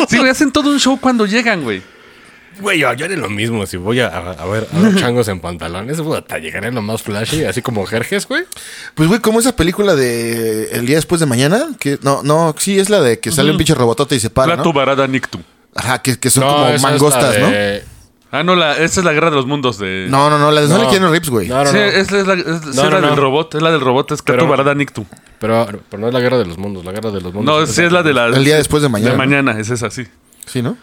Sí, güey, hacen todo un show cuando llegan, güey.
Güey, yo, yo haré lo mismo. Si voy a, a ver a ver changos en pantalones, güey, hasta llegaré lo más flashy, así como Jerjes, güey.
Pues, güey, como esa película de El día después de mañana, que no, no, sí, es la de que sale un pinche robotote y se para,
Plato
¿no?
varada Nictum.
Ajá, que, que son
No, esa
como
es la
mangostas, ¿no?
de-
Ah, no, la, esa es la guerra de los mundos de.
No, no, no, la de
No.
Sonic Keanu Rips, güey.
No, no,
Sí,
no.
esa es la, es- sí,
No,
es la
no, no.
del robot, es la del robot, es Plato
Pero-
varada Nictum.
Pero, pero no es la guerra de los mundos, la guerra de los mundos.
No, sí es la de la.
El día después de mañana.
De mañana, es esa, sí.
Sí, ¿no?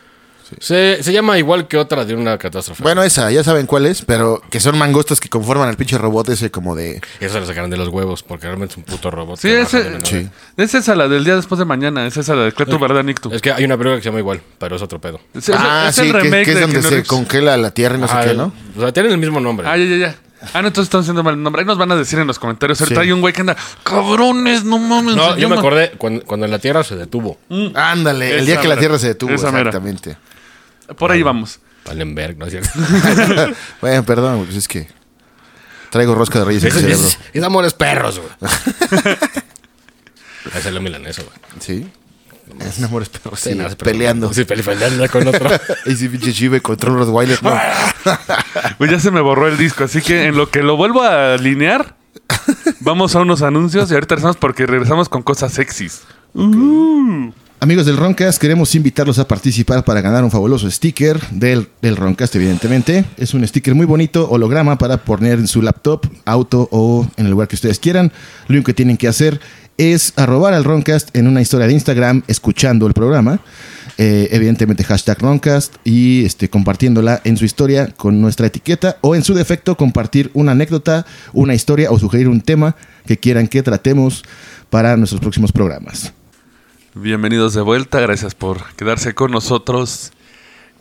Se, se llama igual que otra de una catástrofe.
Bueno, esa, ya saben cuál es, pero que son mangostas que conforman el pinche robot ese como de...
Eso lo sacaron de los huevos, porque realmente es un puto robot.
Sí,
que baja de
ese,
una
Sí.
nave.
es esa la del día después de mañana. Es esa la de Cleto Varda Nictu.
Es que hay una película que se llama igual, pero es otro pedo.
Es, es- es el
Ah, que- que,
remake
es
de
donde
Keanu
se
Reeves.
congela la tierra y no
Ajá,
sé qué, ¿no?
O sea, tienen el mismo nombre.
Ah, ya, ya, ya. Ah, no, entonces están haciendo mal el nombre. Ahí nos van a decir en los comentarios. Ahorita
Sí.
hay un güey que anda, cabrones, no mames.
no,
se
yo me
llama".
acordé cuando, cuando la Tierra se detuvo.
Ándale, el
Esa
día que la
mera.
tierra se detuvo,
Esa mera.
exactamente.
Por ahí vamos.
Palenberg, ¿no es cierto?
bueno, perdón, güey, pues es que traigo rosca de reyes en el
es,
cerebro.
es, es amores perros, güey. Ese es lo milaneso, güey.
Sí. Es un amor espero, sí,
Cenas, pero-
peleando.
Sí, pele- peleando con otro.
Y si pinche chive contra un Rottweiler, no.
Ah.
Pues Güey, ya se me borró el disco. Así que en lo que lo vuelvo a alinear, Vamos a unos anuncios y ahorita regresamos porque regresamos con cosas sexys.
Amigos del Roncast, queremos invitarlos a participar para ganar un fabuloso sticker del, del Roncast, evidentemente. Es un sticker muy bonito, holograma para poner en su laptop, auto o en el lugar que ustedes quieran. Lo único que tienen que hacer es arrobar al Roncast en una historia de Instagram escuchando el programa. Eh, evidentemente hashtag Roncast y este, compartiéndola en su historia con nuestra etiqueta o en su defecto compartir una anécdota, una historia o sugerir un tema que quieran que tratemos para nuestros próximos programas.
Bienvenidos de vuelta, gracias por quedarse con nosotros.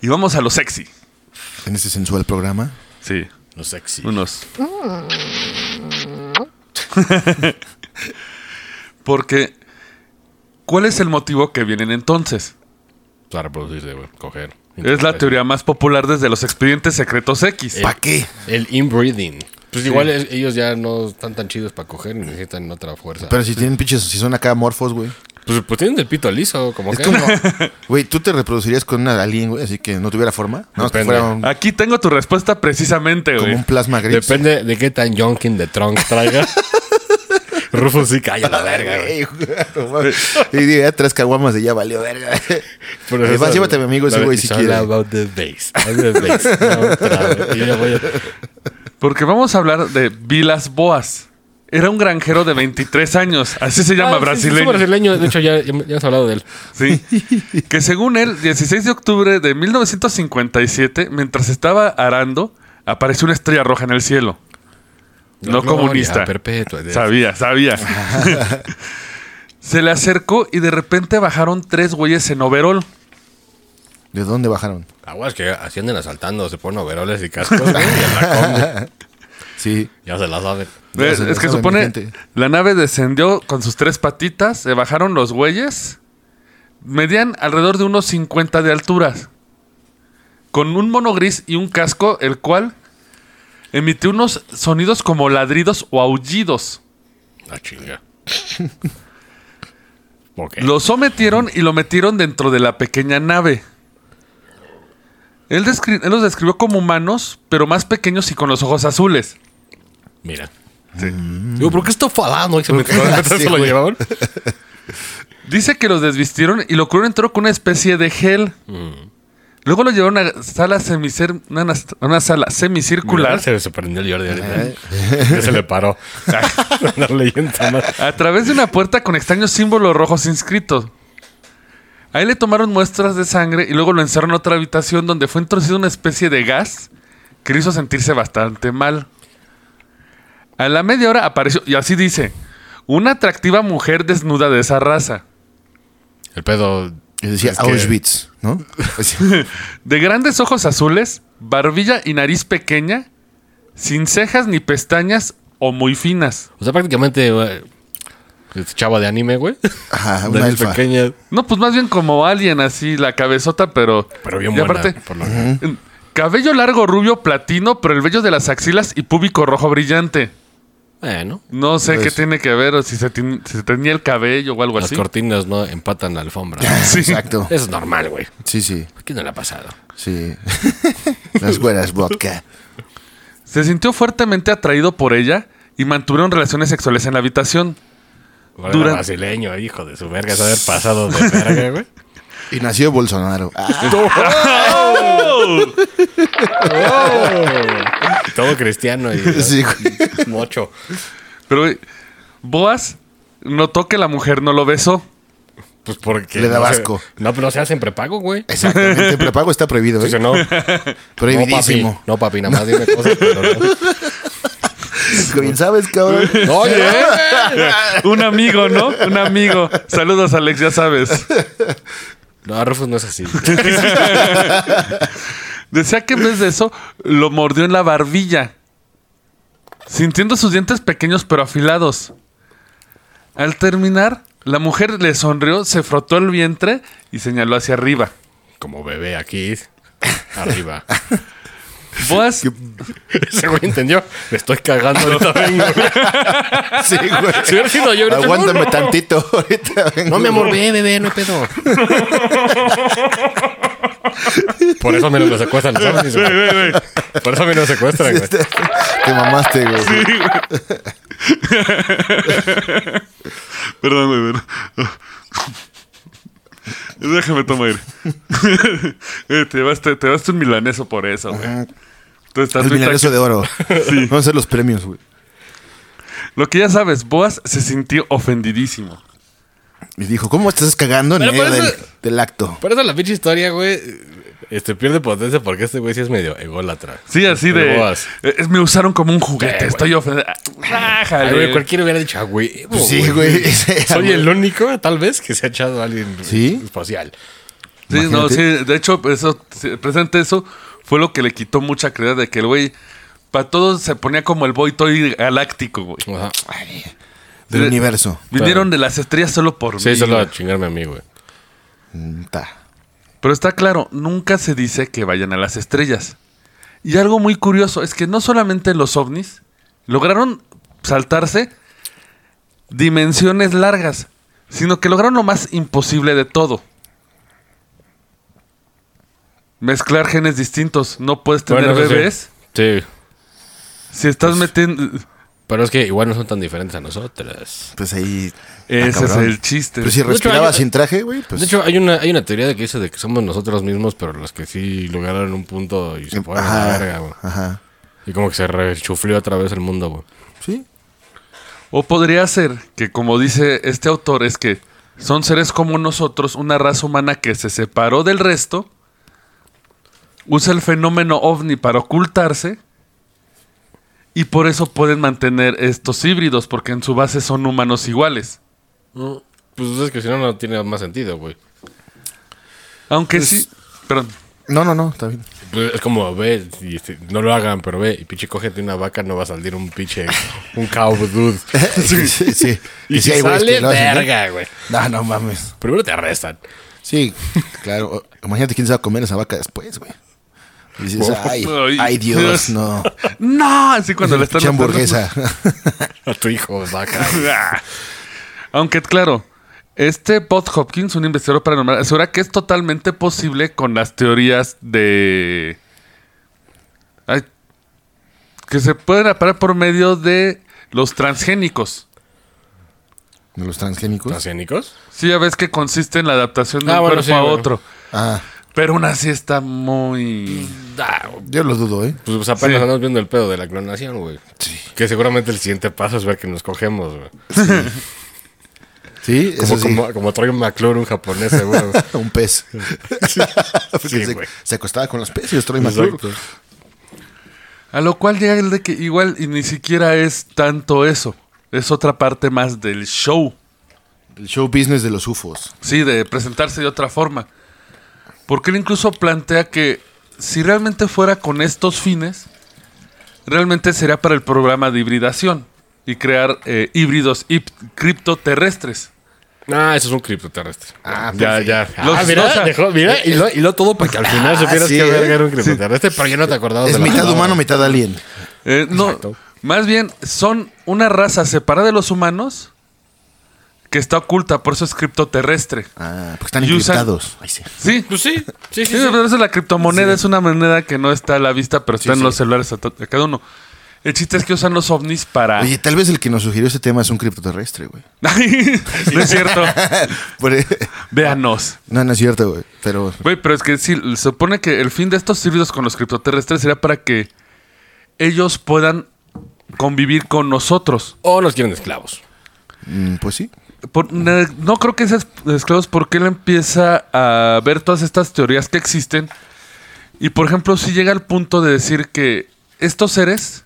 Y vamos a lo sexy.
En ese sensual programa.
Sí,
No sexy.
unos. porque, ¿cuál es el motivo que vienen entonces?
Para reproducirse, güey. Coger.
Es la teoría más popular desde los expedientes secretos
Eh,
X.
¿Para qué?
El inbreeding. Pues igual es- ellos ya no están tan chidos para coger y necesitan otra fuerza.
Pero si tienen pinches, si son acá morfos, güey.
pues, pues tienen el pito liso, como
Es
que.
como, güey, tú te reproducirías con una alien, güey, así que no tuviera forma. No, que
Depende. Ah,
fuera un-
Aquí tengo tu respuesta precisamente,
como
güey.
un plasma gris.
Depende de qué tan Jonkin de Trunk traiga. Rufo sí calla la verga, güey.
Ey, güey, no mames. y diga, ya tres caguamas de ya valió verga.
Pero
Eh,
eso-
vas, llévate a mi amigo ese
La-
güey
it's
si
all
quiere.
about the bass. All the bass. No, otra vez. Yo ya voy a-
Porque vamos a hablar de Vilas Boas. Era un granjero de 23 años, así se llama
Ah, sí, sí,
brasileño.
es brasileño, de hecho ya, ya, ya hemos hablado de él.
Sí. Que según él, 16 de octubre de 1957, mientras estaba arando, apareció una estrella roja en el cielo. No
Gloria
comunista.
Perpetua. de-
Sabía, sabía. Se le acercó y de repente bajaron tres güeyes en overol.
¿De dónde bajaron?
Aguas que así andan asaltando, se ponen overoles y cascos. güey, y en la combi.
Sí.
ya se la saben.
Ya
Eh,
se-
es que
sabe mi
supone
gente.
la nave descendió con sus tres patitas, se bajaron los güeyes, medían alrededor de unos 50 de altura, con un mono gris y un casco, el cual emitió unos sonidos como ladridos o aullidos.
La Ah, chinga. ¿Por qué?
Lo sometieron y lo metieron dentro de la pequeña nave. Él, descri- él los describió como humanos, pero más pequeños y con los ojos azules.
Mira. Digo, ¿por qué está falando? Y se me
Sí,
se lo
güey.
llevaron.
Dice que los desvistieron y lo cubrieron entró con una especie de gel.
Mm.
Luego lo llevaron a una sala, semicer- una, nas- una sala semicircular
Mira, Se sorprendió el Jordi ahorita. ¿eh?
Eh.
Ya se le paró. Una leyenda más.
a través de una puerta con extraños símbolos rojos inscritos. Ahí le tomaron muestras de sangre y luego lo encerraron en otra habitación donde fue introducido una especie de gas que lo hizo sentirse bastante mal. A la media hora apareció, y así dice, una atractiva mujer desnuda de esa raza.
El pedo.
Y decía
es que-
Auschwitz, ¿no?
De grandes ojos azules, barbilla y nariz pequeña, sin cejas ni pestañas o muy finas.
O sea, prácticamente, güey. es Chava de anime, güey.
Ajá, una
Una
elfa.
pequeña.
No, pues más bien como alien, así la cabezota, pero.
Pero bien
y
buena.
aparte,
por lo-
cabello largo, rubio, platino, pero el vello de las axilas y púbico rojo brillante.
Bueno.
No sé
Pues-
qué tiene que ver, o si se, tin- si se tenía el cabello o algo
Las
así.
cortinas no empatan la alfombra.
Sí.
Exacto.
Eso es normal, güey.
Sí, sí,
¿Quién no le ha pasado?
sí. Las güeras vodka.
Se sintió fuertemente atraído por ella y mantuvieron relaciones sexuales en la habitación.
Bueno,
Durante-
brasileño, hijo de su verga, se ha de haber pasado de verga, güey.
Y nació Bolsonaro. Ah,
Todo cristiano y
sí, güey.
mocho.
Pero eh, Boas notó que la mujer no lo besó.
Pues porque.
Le da
no se-
asco.
No, pero no se hacen prepago, güey.
Exactamente, prepago está prohibido,
Dice,
¿eh?
no.
Prohibidísimo.
No, papi, no, papi, nada más dime cosas, pero no.
Bien sabes, cabrón.
Oye,
Un amigo, ¿no? Un amigo. Saludos, Alex, ya sabes.
No, Rufus no es así.
Decía que en vez de eso, lo mordió en la barbilla, sintiendo sus dientes pequeños pero afilados. Al terminar, la mujer le sonrió, se frotó el vientre y señaló hacia arriba.
Como bebé aquí, arriba.
Boas,
Ese güey entendió. Me estoy cagando ahorita vengo.
Sí, güey.
Si hubiera sido yo, ahorita,
Aguántame
no, no.
tantito. Ahorita vengo.
No, mi amor, ve, bebé, no hay pedo. Por eso menos lo secuestran. ¿sabes? este- Por eso menos lo secuestran, güey.
Te mamaste, güey.
Perdón, güey. pero- Déjame tomar aire. Eh, te baste te llevaste un milaneso por eso, güey. Entonces, estás
El
bien
milaneso
taque-
de oro. Vamos a hacer los premios, güey.
Lo que ya sabes, Boas se sintió ofendidísimo.
Y dijo, ¿cómo estás cagando en
Pero
medio
por
del,
eso-
del acto?
Por eso la pinche historia, güey, este, pierde potencia porque este güey sí es medio ególatra.
Sí, así
Pero
de.
Boas.
eh, es- me usaron como un juguete.
güey.
Estoy ofendido. Ah,
Ay,
Rájale.
güey, cualquiera hubiera dicho, ah, güey.
Pues sí, güey.
Soy el único, tal vez, que se ha echado a alguien
¿Sí?
espacial.
Sí, no,
Imagínate.
sí, de hecho, eso, sí, presente eso fue lo que le quitó mucha credibilidad de que el güey, para todos se ponía como el boy toy galáctico, güey.
Ajá.
Del
Sí.
universo.
Vinieron de las estrellas solo por
Sí,
mí,
solo
güey.
a chingarme a mí, güey.
Mm, ta.
Pero está claro, nunca se dice que vayan a las estrellas. Y algo muy curioso es que no solamente los ovnis lograron saltarse dimensiones largas, sino que lograron lo más imposible de todo. Mezclar genes distintos. No puedes tener
Bueno, eso sí. Pues
bebés
Sí.
si estás metiendo...
Pero es que igual no son tan diferentes a nosotros.
Pues ahí.
Ese
Ah,
es
cabrón.
el chiste.
Pero si
De hecho,
respiraba
hay-
sin traje, güey, pues.
De hecho, hay una, hay una teoría de que dice de que somos nosotros mismos, pero los que sí lograron un punto y se fueron a la pues, verga, güey.
Eh, Ajá.
Y como que se rechuflió otra vez el mundo, güey.
Sí.
O podría ser que, como dice este autor, es que son seres como nosotros, una raza humana que se separó del resto, usa el fenómeno ovni para ocultarse y por eso pueden mantener estos híbridos, porque en su base son humanos iguales.
Pues es que si no, no tiene más sentido, güey.
Aunque sí, perdón.
No, no, no, está bien.
Pues es como, ve, y este, no lo hagan, pero ve, y pinche cógete una vaca, no va a salir un pinche, un cow dude.
sí, sí. sí.
Y,
Que sí
si
hay güeyes
sale,
que lo hacen, ¿no?
verga, güey.
No, no mames.
Primero te arrestan.
Sí, claro. O- Imagínate quién se va a comer esa vaca después, güey. Y Dices, ay,
Ay.
ay, Dios, no.
No, así cuando le están
Pinche
matando.
hamburguesa.
A tu hijo, vaca.
Aunque, claro, este Pod Hopkins, un investigador paranormal, asegura que es totalmente posible con las teorías de. Ay, que se pueden aparar por medio de los transgénicos.
¿De los transgénicos?
¿Transgénicos?
Sí, ya ves que consiste en la adaptación de
Ah,
un
bueno,
cuerpo
sí,
a
bueno.
otro.
Ah,
Pero aún así está muy.
Ah,
yo lo dudo, ¿eh?
pues, pues apenas
Sí.
andamos viendo el pedo de la clonación, güey.
Sí.
Que seguramente el siguiente paso es ver que nos cogemos, güey.
Sí,
Como,
eso sí.
como, como trae un McClure, un japonés, seguro.
Un pez. Porque
Sí,
se,
güey.
se acostaba con los peces, Troy McClure.
Exacto.
A lo cual llega el de que igual y ni siquiera es tanto eso. Es otra parte más del show.
El show business de los UFOs.
Sí, de presentarse de otra forma. Porque él incluso plantea que si realmente fuera con estos fines, realmente sería para el programa de hibridación y crear eh, híbridos hip- criptoterrestres.
Ah, eso es un criptoterrestre.
Ah,
ya,
pues,
ya.
Los-
ah, mira,
o sea,
dejó- mira, y lo, y lo todo para que al final supieras
sí,
que
¿eh?
verga era un criptoterrestre, pero ya no te acordabas
Es
de la
mitad
palabra.
humano, mitad alien.
Eh, no,
Exacto.
más bien son una raza separada de los humanos que está oculta, por eso es criptoterrestre.
Ah, porque están
Y usan-
encriptados. Ay, sí.
Sí.
Pues sí, sí, sí.
Sí, pero eso es la criptomoneda es una moneda que no está a la vista, pero está en los celulares de to- de cada uno. El chiste es que usan los ovnis para...
Ah. Oye, tal vez el que nos sugirió ese tema es un criptoterrestre, güey.
Ay, no es cierto.
Por- e-
Ah,
Véanos.
No, no es cierto, güey. Pero
Güey, pero es que sí, se supone que el fin de estos híbridos con los criptoterrestres sería para que ellos puedan convivir con nosotros.
O nos quieren esclavos.
mm, pues sí.
Por- ne- no creo que seas esclavos porque él empieza a ver todas estas teorías que existen. Y por ejemplo, si llega al punto de decir que estos seres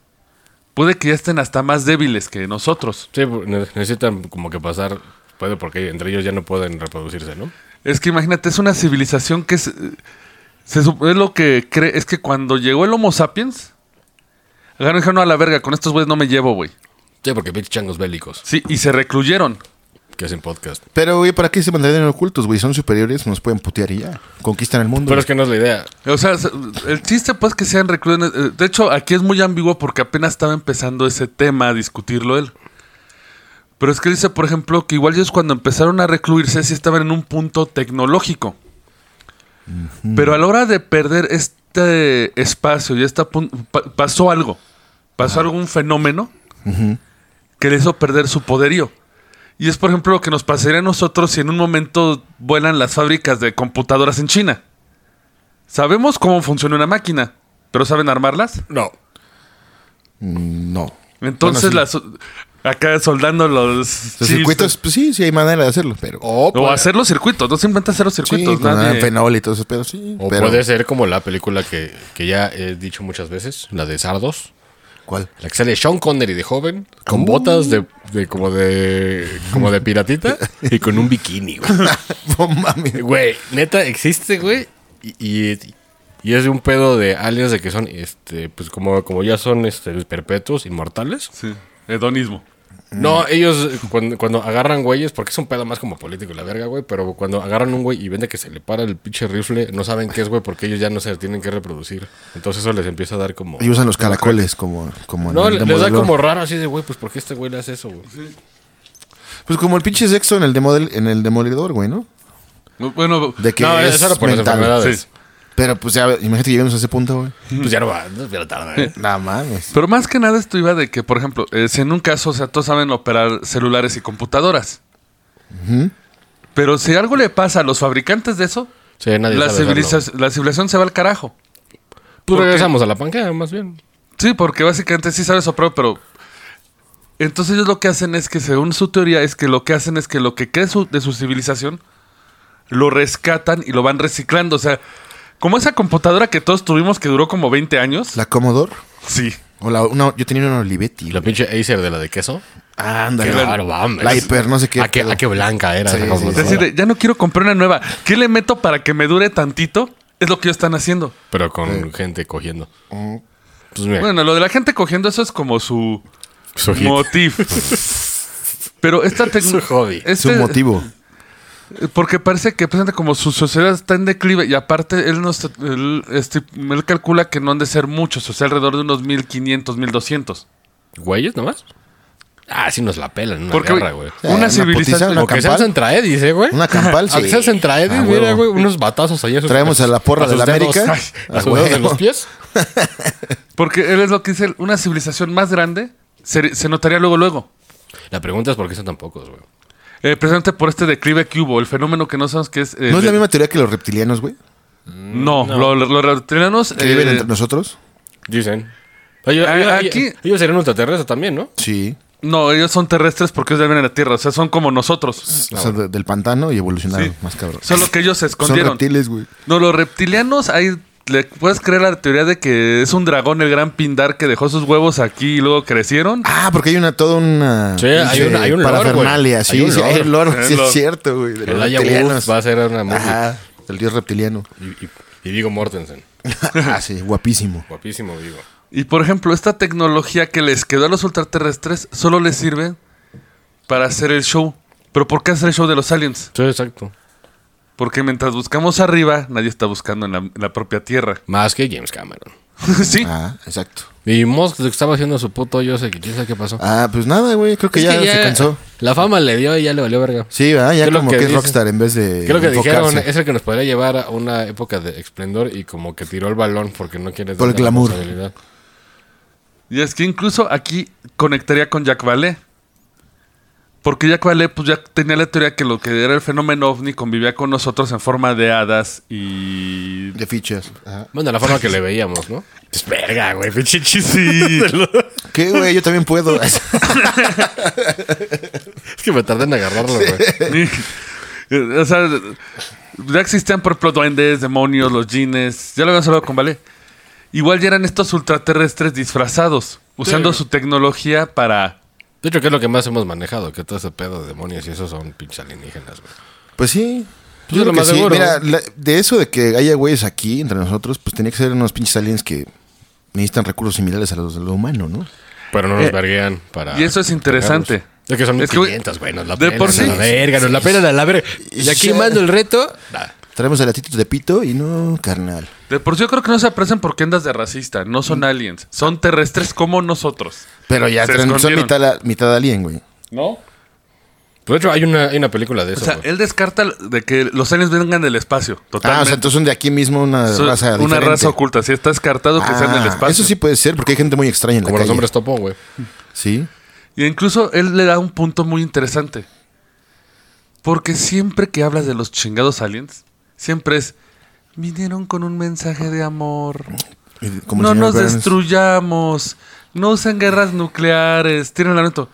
puede que ya estén hasta más débiles que nosotros.
Sí, ne- necesitan como que pasar, puede porque entre ellos ya no pueden reproducirse, ¿no?
Es que imagínate, es una civilización que es, eh, se supone lo que cree, es que cuando llegó el Homo sapiens, agarraron y dijeron, no, a la verga, con estos güeyes no me llevo, güey.
Sí, porque pinches changos bélicos
Sí, y se recluyeron.
que hacen podcast.
Pero, güey, ¿para qué se mantienen ocultos, güey? Son superiores, nos pueden putear y ya. Conquistan el mundo.
Pero es que no es la idea.
O sea, se- el chiste pues que sean recluidos. eh, De hecho, aquí es muy ambiguo porque apenas estaba empezando ese tema a discutirlo él. Pero es que dice, por ejemplo, que igual ellos cuando empezaron a recluirse sí estaban en un punto tecnológico. Pero a la hora de perder este espacio y esta pun- pa- pasó algo. Pasó algún fenómeno que le hizo perder su poderío. Y es, por ejemplo, lo que nos pasaría a nosotros si en un momento vuelan las fábricas de computadoras en China. Sabemos cómo funciona una máquina, pero ¿saben armarlas?
No.
No.
Entonces,
Bueno,
las, acá soldando los,
Los
chips.
circuitos, pues sí, sí hay manera de hacerlo, pero.
O,
O
puede,
hacer los circuitos, no se inventa hacer los
Sí,
circuitos.
con
nadie-
fenol y todo eso, pero sí.
o
pero-
puede ser como la película que, que ya he dicho muchas veces, la de Sardos.
¿Cuál?
La que sale Sean Connery de joven, con botas de, de como de como de piratita y con un bikini, güey.
Oh, mami.
Güey, neta, existe, güey. Y, y- y es de un pedo de aliens de que son, este, pues como, como ya son este, perpetuos, inmortales.
Sí, hedonismo.
No, ellos eh, cuando, cuando agarran güeyes, porque es un pedo más como político la verga, güey, pero cuando agarran un güey y ven de que se le para el pinche rifle, no saben qué es, güey, porque ellos ya no se tienen que reproducir. Entonces eso les empieza a dar como...
Y usan los caracoles como, como en
No,
el
le- les da
Demodel Lord.
como raro así de, güey, pues porque este güey le hace eso, güey.
Pues como el pinche sexo en el Demodel, en el demolidor, güey, ¿no?
Bueno,
De que
No,
es
eso era por las
mental.
enfermedades.
Sí.
Pero pues ya, imagínate que lleguemos a ese punto, güey.
Pues ya no va, no, pero tarde, ¿eh?
Nada mames.
Pero más que nada esto iba de que, por ejemplo, eh, si en un caso, o sea, todos saben operar celulares y computadoras. Pero si algo le pasa a los fabricantes de eso,
Sí, nadie
la,
sabe
civiliza-
hacerlo.
la civilización se va al carajo.
Pues
¿Por qué?
regresamos a la panquea, más bien.
Sí, porque básicamente sí sabes operar, pero... Entonces ellos lo que hacen es que, según su teoría, es que lo que hacen es que lo que quede su- de su civilización lo rescatan y lo van reciclando. O sea, como esa computadora que todos tuvimos que duró como 20 años.
¿La Commodore?
Sí.
O la, una, yo tenía una Olivetti.
Y la pinche Acer de la de queso.
Ah, ándale.
Qué raro, vamos.
La hiper, no sé qué.
¿A qué, a qué blanca era?
Sí,
esa
sí,
computadora.
Es decir, de, ya no quiero comprar una nueva. ¿Qué le meto para que me dure tantito? Es lo que ellos están haciendo.
Pero con gente cogiendo.
Mm.
Pues mira,
Bueno, lo de la gente cogiendo eso es como su
su hit.
motivo. Pero esta este tecnología.
Su hobby.
Su motivo.
Porque parece que presente como su sociedad está en declive y aparte él, nos, él, este, él calcula que no han de ser muchos, o sea, alrededor de unos 1500, 1200.
¿Güeyes nomás? Ah, sí nos la pelan en una
Porque
guerra, güey.
una
Eh, una
civilización.
putiza, una
O que sean
campal.
Centraedis, eh, güey.
Una campal,
Aunque
sí.
sean Centraedis,
Ah,
mira,
huevo.
güey, unos batazos allá.
Traemos a la porra de
del
la América.
A
Ah,
sus dedos de
huevo.
los pies.
Porque él es lo que dice, una civilización más grande se, se notaría luego, luego.
La pregunta es por qué son tan pocos, güey.
Eh, precisamente por este declive que hubo, el fenómeno que no sabemos que es... eh,
¿No es
de-
la misma teoría que los reptilianos, güey?
No, lo- lo- los reptilianos...
¿Que viven
eh,
entre nosotros?
Dicen. Ellos,
Ah,
ellos-
aquí-
ellos- ellos serían ultraterrestres también, ¿no?
Sí.
no, ellos son terrestres porque ellos viven en la Tierra, o sea, son como nosotros.
O sea, de- del pantano y evolucionaron
Sí.
más cabrón.
Solo que ellos se
Son
escondieron.
reptiles, güey.
No, los reptilianos, ahí le puedes creer la teoría de que es un dragón el gran pindar que dejó sus huevos aquí y luego crecieron.
Ah, porque hay una, toda una.
Sí, hay
pinche
una- hay un lore,
parafernalia,
güey.
sí,
Hay un
sí, hay un lore,
lore.
sí,
Lore.
es cierto, güey. de los
El Aya
reptilianos.
Wolf va a ser una movie.
Ajá, el dios reptiliano.
Y, y, y Vigo Mortensen.
ah, sí, guapísimo.
Guapísimo Vigo.
Y por ejemplo, esta tecnología que les quedó a los ultraterrestres solo les sirve para hacer el show. Pero ¿por qué hacer el show de los aliens?
Sí, exacto.
Porque mientras buscamos arriba, nadie está buscando en la, en la propia Tierra.
Más que James Cameron.
sí.
Ah, exacto.
Y Musk estaba haciendo su puto yo sé que quién sabe qué pasó.
Ah, pues nada, güey, creo que,
Es
ya, se cansó.
La fama le dio y ya le valió verga.
Sí, ¿verdad? ya
Creo
como
que
que, es
dice-
rockstar en vez de.
Creo que dijeron,
enfocarse.
es el que nos podría llevar a una época de esplendor y como que tiró el balón porque no quiere...
Por el
tanta
glamour.
responsabilidad.
Y es que incluso aquí conectaría con Jack Vale. Porque Jack Vale, pues ya tenía la teoría que lo que era el fenómeno ovni convivía con nosotros en forma de hadas y
De fichas. Ajá.
Bueno, la forma que le veíamos, ¿no? Es verga, güey, pinche chiste.
¿Qué, güey? Yo también puedo.
Es que me tardé en agarrarlo, güey.
Y- o sea, ya existían por ejemplo duendes, demonios, los jeans. Ya lo habíamos hablado con Vale. Igual ya eran estos ultraterrestres disfrazados, usando su tecnología para.
De hecho, que es lo que más hemos manejado, que todo ese pedo de demonios y esos son pinches alienígenas, güey.
pues sí.
Yo
Yo
lo
creo que
más
sí.
seguro.
Mira, la- de eso de que haya güeyes aquí entre nosotros, pues tenía que ser unos pinches aliens que necesitan recursos similares a los de lo humano, ¿no?
Pero no nos verguean para...
Eh, Y eso es interesante.
atacarnos. Es que son
Es que, güey,
500, güey, nos la
de
pelan
por sí.
a la verga, nos la pelan a la verga. Y aquí
Sí.
mando el reto... Nah.
Traemos a latito de pito y no, carnal.
De por sí, yo creo que no se aprecian porque andas de racista. No son aliens. Son terrestres como nosotros.
Mm. Pero ya
Se
traen- son
escondieron.
mitad, la- mitad alien, güey. Ah,
¿No?
Pues de hecho, hay una, hay una película de
O
eso,
sea,
güey.
él descarta de que los aliens vengan del espacio. Totalmente.
Ah, o sea, entonces son de aquí mismo una
Son
raza
una
diferente.
raza oculta. Si está descartado que sean
Ah,
del espacio.
Eso sí puede ser, porque hay gente muy extraña en la
Como los
calle.
hombres topo, güey.
Sí.
Y incluso él le da un punto muy interesante. Porque siempre que hablas de los chingados aliens, siempre es, vinieron con un mensaje de amor.
Y como el
no
señor
nos
Burns,
destruyamos. No usen guerras nucleares. Tienen la neta.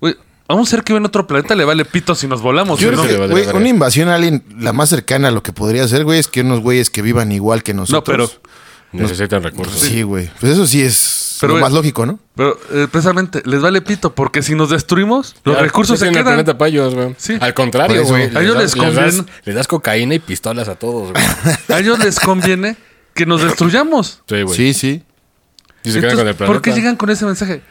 Güey, a un ser que vive en otro planeta le vale pito si nos volamos.
Yo
¿no?
creo
Sí,
que,
le vale
Eh, güey,
verga.
una invasión alien, la más cercana a lo que podría ser, güey, es que unos güeyes que vivan igual que nosotros.
pero-
Necesitan recursos.
Sí, güey. Pues eso sí es
Pero,
lo
güey,
más lógico, ¿no?
Pero eh, precisamente, les vale pito porque si nos destruimos, los
Ya,
recursos
no
se
tienen el
quedan.
planeta pa' ellos, güey.
Sí.
Al
Por
contrario,
eso.
güey.
A
ellos les
das- das,
conviene-
les das cocaína y pistolas a todos, güey.
A ellos les conviene que nos destruyamos.
Sí, güey.
Sí, sí.
Y se quedan
Entonces,
con el planeta.
¿Por qué llegan con ese mensaje?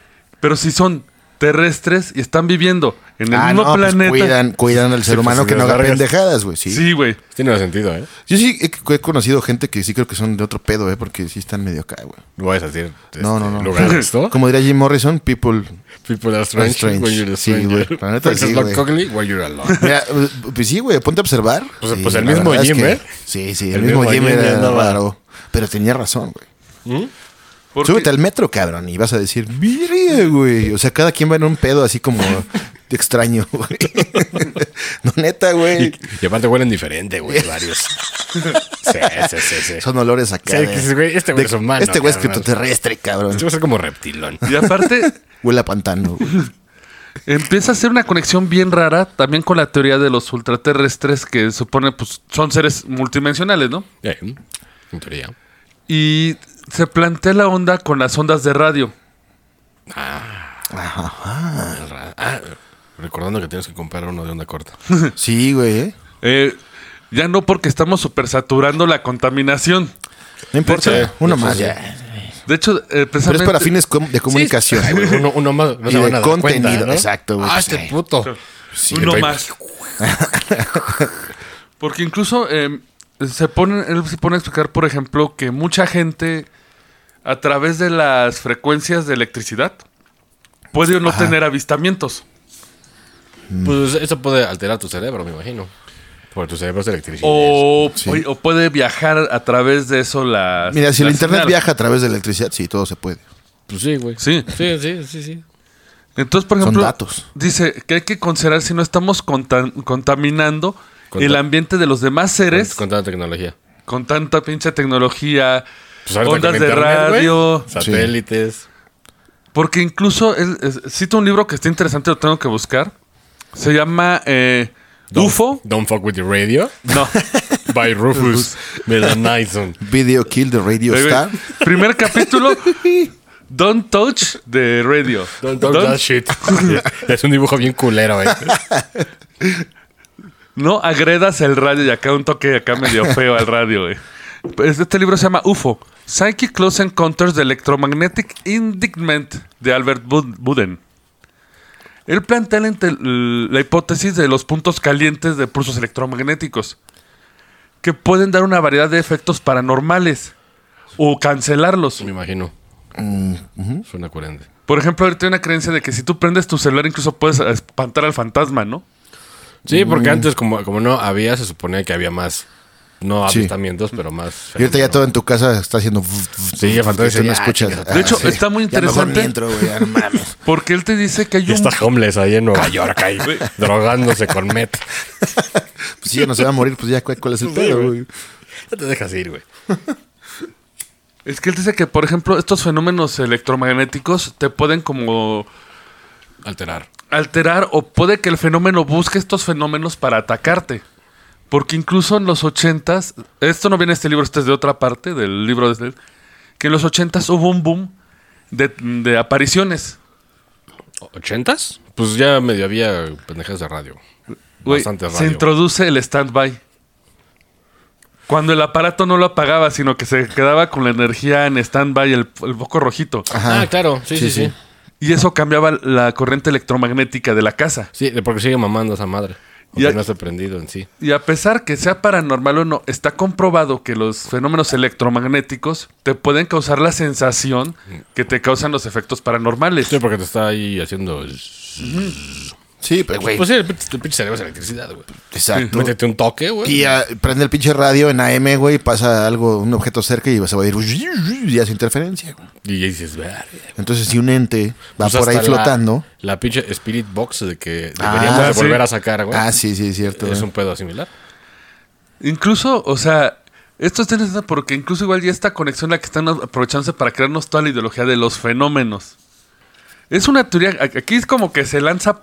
Pero si son terrestres y están viviendo en el
Ah,
mismo
no, pues
planeta.
cuidan, cuidan al ser
pues,
humano
sí,
que no
las
haga
largas.
pendejadas, güey. Sí.
Sí, güey.
Tiene sentido, ¿eh?
Yo sí he, he conocido gente que sí creo que son de otro pedo, ¿eh? Porque sí están medio acá, güey.
Lo voy a decir.
No, este, no, no.
¿Lugares, no?
Como diría Jim Morrison, people.
People are strange,
Strange.
when you're a
Sí,
stranger.
güey. La neta,
When
sí,
you're not
güey.
ugly, when you're alone.
Mira, pues sí, güey, ponte a observar.
Pues-
Sí,
pues el
la
mismo
verdad es
Jim,
que-
¿eh?
Sí, sí, el, mismo Jim era
andaba-
raro. Pero tenía razón, güey.
Porque-
Súbete al metro, cabrón, y vas a decir, mire, güey. O sea, cada quien va en un pedo así como de extraño, güey. no, neta,
Y,
güey.
y aparte huelen diferente, güey, varios. Sí, sí, sí, sí.
Son olores acá.
Sí,
de-
que ese güey- este güey
de-
es humano,
Este güey es
cabrón.
criptoterrestre, cabrón.
Yo voy a ser como reptilón.
Y aparte,
Huele a pantano, güey.
Empieza a hacer una conexión bien rara también con la teoría de los ultraterrestres que supone pues son seres multidimensionales, ¿no?
Eh, en teoría.
Y se plantea la onda con las ondas de radio.
El ra- Ah, recordando que tienes que comprar uno de onda corta.
Sí, güey, ¿eh?
Eh, ya no porque estamos supersaturando la contaminación.
No importa,
hecho,
uno
sí,
más.
sí.
ya.
De hecho, eh,
Pero es
precisamente
para fines com- de comunicación.
Ay, güey, uno, uno más. No
Y
se
de
van a dar
contenido,
cuenta, ¿no?
exacto, güey.
Ah,
Pues,
este
eh.
puto.
uno
Sí,
más. Porque incluso eh, se pone, él se pone a explicar, por ejemplo, que mucha gente a través de las frecuencias de electricidad puede o no tener avistamientos.
Pues eso puede alterar tu cerebro, me imagino. Porque tu cerebro es electricidad.
O,
Sí.
oye, o puede viajar a través de eso las.
Mira, si el
la
internet
señal.
viaja a través de electricidad, sí, todo se puede.
Pues sí, güey.
Sí.
Sí, sí, sí, sí.
Entonces, por
Son
ejemplo,
datos.
dice que hay que considerar si no estamos conta- contaminando
Conta-
el ambiente de los demás seres con,
Con tanta tecnología.
tanta pinche tecnología,
Pues ahorita
ondas
con
de
internet, güey,
radio.
Satélites.
Porque incluso él, es- cita un libro que está interesante, lo tengo que buscar. Se llama eh,
Don't-
UFO.
Don't fuck with the radio.
No.
By Rufus Melanison.
Video Kill the Radio
Eh,
Star.
Primer capítulo. Don't touch the radio.
Don't talk that shit. es un dibujo bien culero, eh, güey.
No agredas el radio y acá un toque acá medio feo al radio, güey. Pues, Este libro se llama UFO, Psychic Close Encounters de Electromagnetic Indictment de Albert Bud- Budden. Él plantea la, inte- la hipótesis de los puntos calientes de pulsos electromagnéticos, que pueden dar una variedad de efectos paranormales o cancelarlos.
Me imagino. Mm, Suena coherente.
Por ejemplo, ahorita hay una creencia de que si tú prendes tu celular incluso puedes espantar al fantasma, ¿no?
Sí, porque antes, como, como no había, se suponía que había más. No
Sí.
avistamientos, pero más.
Y ahorita ya todo
fenómenos.
en tu casa está haciendo.
Sí, ya faltó
que tú
decir,
no
ah,
escuchas.
chingas.
Ah,
De hecho,
sí.
está muy
Ya mejor
interesante.
ni entro, güey, ya no mames.
Porque él te dice que hay
Y
un
está homeless ahí en Nueva York, ahí, drogándose con met.
Pues si ya no se va a morir, pues ya cuál, cuál es el pedo, güey.
No te dejas ir, güey.
Es que él dice que, por ejemplo, estos fenómenos electromagnéticos te pueden como
Alterar.
alterar o puede que el fenómeno busque estos fenómenos para atacarte. Porque incluso en los ochentas, esto no viene de este libro, este es de otra parte del libro de Slade, que en los ochentas hubo un boom de, de apariciones.
¿Ochentas? Pues ya medio había pendejas de radio.
Güey,
Bastante
se
radio.
introduce el stand-by. Cuando el aparato no lo apagaba, sino que se quedaba con la energía en stand-by, el, el foco rojito.
Ajá.
Ah, claro. Sí, sí, sí.
Y eso cambiaba la corriente electromagnética de la casa.
Sí, de- porque sigue mamando esa madre.
Y
Aunque
hay-
no está prendido en sí.
Y a pesar que sea paranormal o no, está comprobado que los fenómenos electromagnéticos te pueden causar la sensación que te causan los efectos paranormales.
Sí, porque te está ahí haciendo.
Sí, pero güey.
Pues sí, el pinche el pinche cerebro es electricidad, güey.
exacto.
Métete un toque, güey.
Y ah, prende el pinche radio en AM, güey, pasa algo, un objeto cerca y se va a ir y hace interferencia. güey.
Y ya dices, verga.
Entonces, si un ente va
Pues
por ahí
hasta la-
flotando.
La, pinche Spirit Box de que deberíamos de
sí.
volver a sacar, güey.
Ah, sí, sí, es cierto.
Es
güey.
un pedo similar.
Incluso, o sea, esto está interesante porque incluso igual ya esta conexión la que están aprovechándose para crearnos toda la ideología de los fenómenos. Es una teoría, a- aquí es como que se lanza,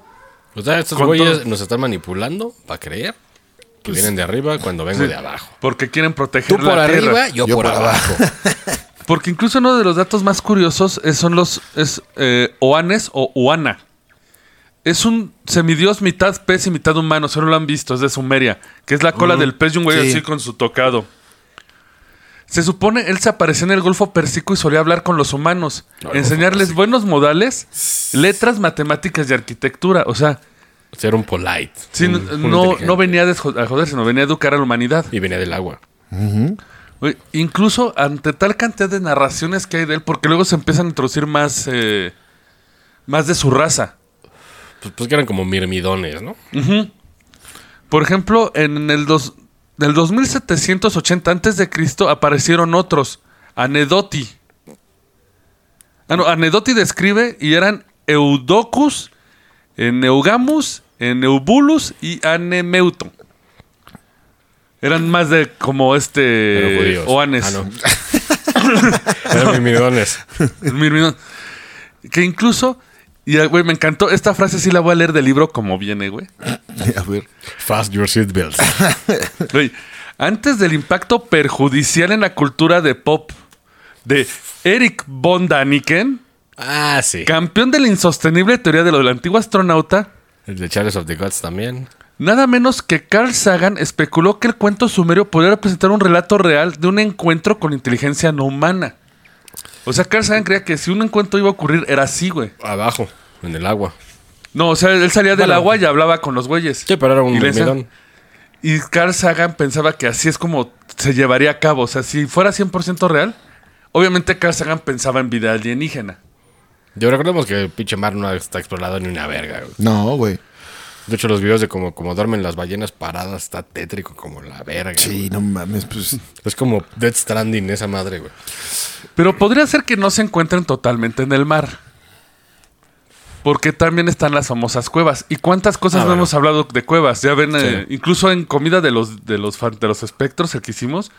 O sea, estos
Con
güeyes
todo.
nos están manipulando para creer
Pues
que vienen de arriba cuando vengo de abajo.
porque quieren
Tú
proteger
por
la Tierra.
arriba, yo,
Yo
por,
por
abajo.
Porque incluso uno de los datos más curiosos es- son los es, eh, Oanes o Uana. Es un semidios mitad pez y mitad humano, solo lo han visto, es de Sumeria, que es la cola del pez y un güey
sí.
así con su tocado. Se supone él se apareció en el Golfo Persico y solía hablar con los humanos, enseñarles buenos modales, letras, matemáticas y arquitectura. O sea,
Ser un polite.
sí,
un-
no,
un
no,
Mm, inteligente.
no venía a desjo- a joder, sino venía a educar a la humanidad.
Y venía del agua.
Güey, incluso ante tal cantidad de narraciones que hay de él, porque luego se empiezan a introducir más, eh, más de su raza.
Pues, pues que eran como mirmidones, ¿no?
Eh, Por ejemplo, en el, dos, del 2780 antes de Cristo aparecieron otros, Anedoti. Ah, no, Anedoti describe y eran Eudocus, Neugamus, Neubulus y Anemeuto. Eran más de como
Eran
este
judíos.
Oanes.
Ah, no. eran mirmidones.
Mir- mir- Que incluso, y ah, güey, me encantó. Esta frase sí la voy a leer del libro como viene, güey.
A ver.
Fast your seatbelts.
Güey, Antes del impacto perjudicial en la cultura de pop de Eric von Daniken,
Ah, sí.
campeón de la insostenible teoría de lo del antiguo astronauta,
El de Charles of the Gods también.
nada menos que Carl Sagan especuló que el cuento sumerio podría representar un relato real de un encuentro con inteligencia no humana. O sea, Carl Sagan creía que si un encuentro iba a ocurrir era así, güey.
Abajo, en el agua.
No, o sea, él salía del
Bueno.
agua y hablaba con los güeyes.
Sí, pero era un
Y le decía-
mirmidón.
Y Carl Sagan pensaba que así es como se llevaría a cabo. O sea, si fuera 100% real, obviamente Carl Sagan pensaba en vida alienígena.
Yo recordemos que el pinche mar no está explorado ni una verga. güey.
No, güey.
De hecho, los videos de cómo, cómo duermen las ballenas paradas está tétrico como la verga.
Sí,
güey.
no mames, pues.
Es como Dead Stranding esa madre, güey.
Pero podría ser que no se encuentren totalmente en el mar. Porque también están las famosas cuevas. ¿Y cuántas cosas
Ah,
no
bueno.
hemos hablado de cuevas? Ya ven, eh, incluso en comida de los, de los fan- de los espectros, el que hicimos,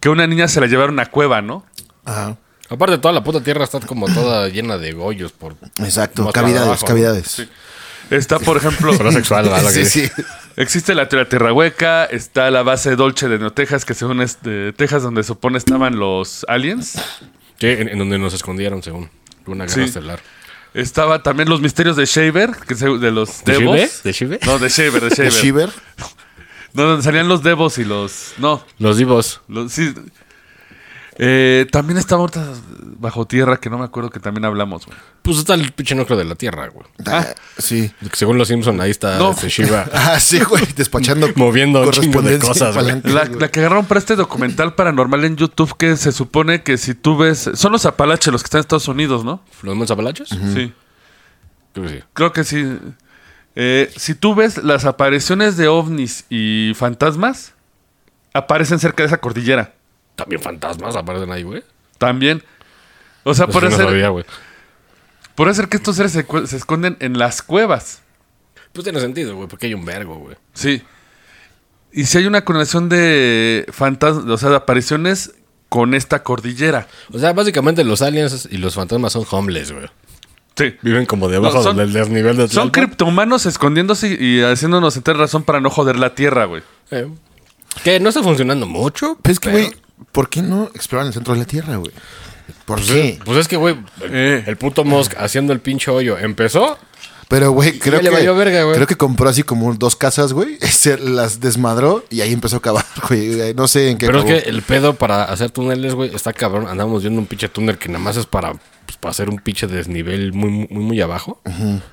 que una niña se la llevaron a una cueva, ¿no?
Ajá.
Aparte, toda la puta tierra está como toda llena de hoyos por...
Exacto,
Más para
cavidades,
abajo.
cavidades.
Está, por ejemplo.
Por sexual, ¿verdad?
Sí,
Que-
sí.
Existe la teoría hueca, está la base Dolce de Neo Texas, que según es de Texas, donde supone estaban los aliens.
Sí, en, en donde nos escondieron, según. Una guerra
Sí.
estelar.
Estaba también los misterios de Shaver, que se- de los
¿De
Devos.
Shive? ¿De Shive?
No, de Shaver, de
¿De
Shaver.
Shiver?
No, donde salían los Devos y los. No,
Los divos.
los. Sí. Eh, también estaba otra bajo tierra que no me acuerdo que también hablamos, güey.
Pues está el pinche núcleo de la tierra, güey.
Ah, sí.
Que Según los Simpson ahí está
No.
este Shiva.
Ah, sí, güey. Despachando.
Moviendo un chingo de
correspondencia
cosas, güey.
pa'lante,
La,
güey.
la que agarraron para este documental paranormal en YouTube que se supone que si tú ves. Son los Apalaches los que están en Estados Unidos, ¿no?
¿Los Montes Apalachos?
Sí.
Creo que sí.
Creo que sí. Eh, si tú ves las apariciones de ovnis y fantasmas, aparecen cerca de esa cordillera.
También fantasmas aparecen ahí, güey.
También. O sea,
Ah, Eso
puede
no
ser,
sabía, güey.
puede ser que estos seres se, cu- se esconden en las cuevas.
Pues tiene sentido, güey, porque hay un vergo, güey.
Sí. Y si hay una correlación de fantasmas, o sea, de apariciones con esta cordillera.
O sea, básicamente los aliens y los fantasmas son homeless, güey.
Sí.
Viven como debajo
No, son-
del desnivel de
Son
Tlalpan.
criptohumanos escondiéndose y, y haciéndonos entrar razón para no joder la tierra, güey.
Eh, Que no está funcionando mucho.
Pero es que,
pero-
güey, ¿por qué no exploran el centro de la Tierra, güey? ¿Por
Pues,
qué?
es- pues es que, güey, el,
Eh.
el puto Musk haciendo el pinche hoyo empezó.
Pero, güey, creo
le
que.
valió verga, güey.
creo que compró así como dos casas, güey. Se las desmadró y ahí empezó a cavar, güey. No sé en qué.
Pero es
acabó.
que el pedo para hacer túneles, güey, está cabrón. Andamos viendo un pinche túnel que nada más es para, pues, para hacer un pinche desnivel muy, muy, muy abajo.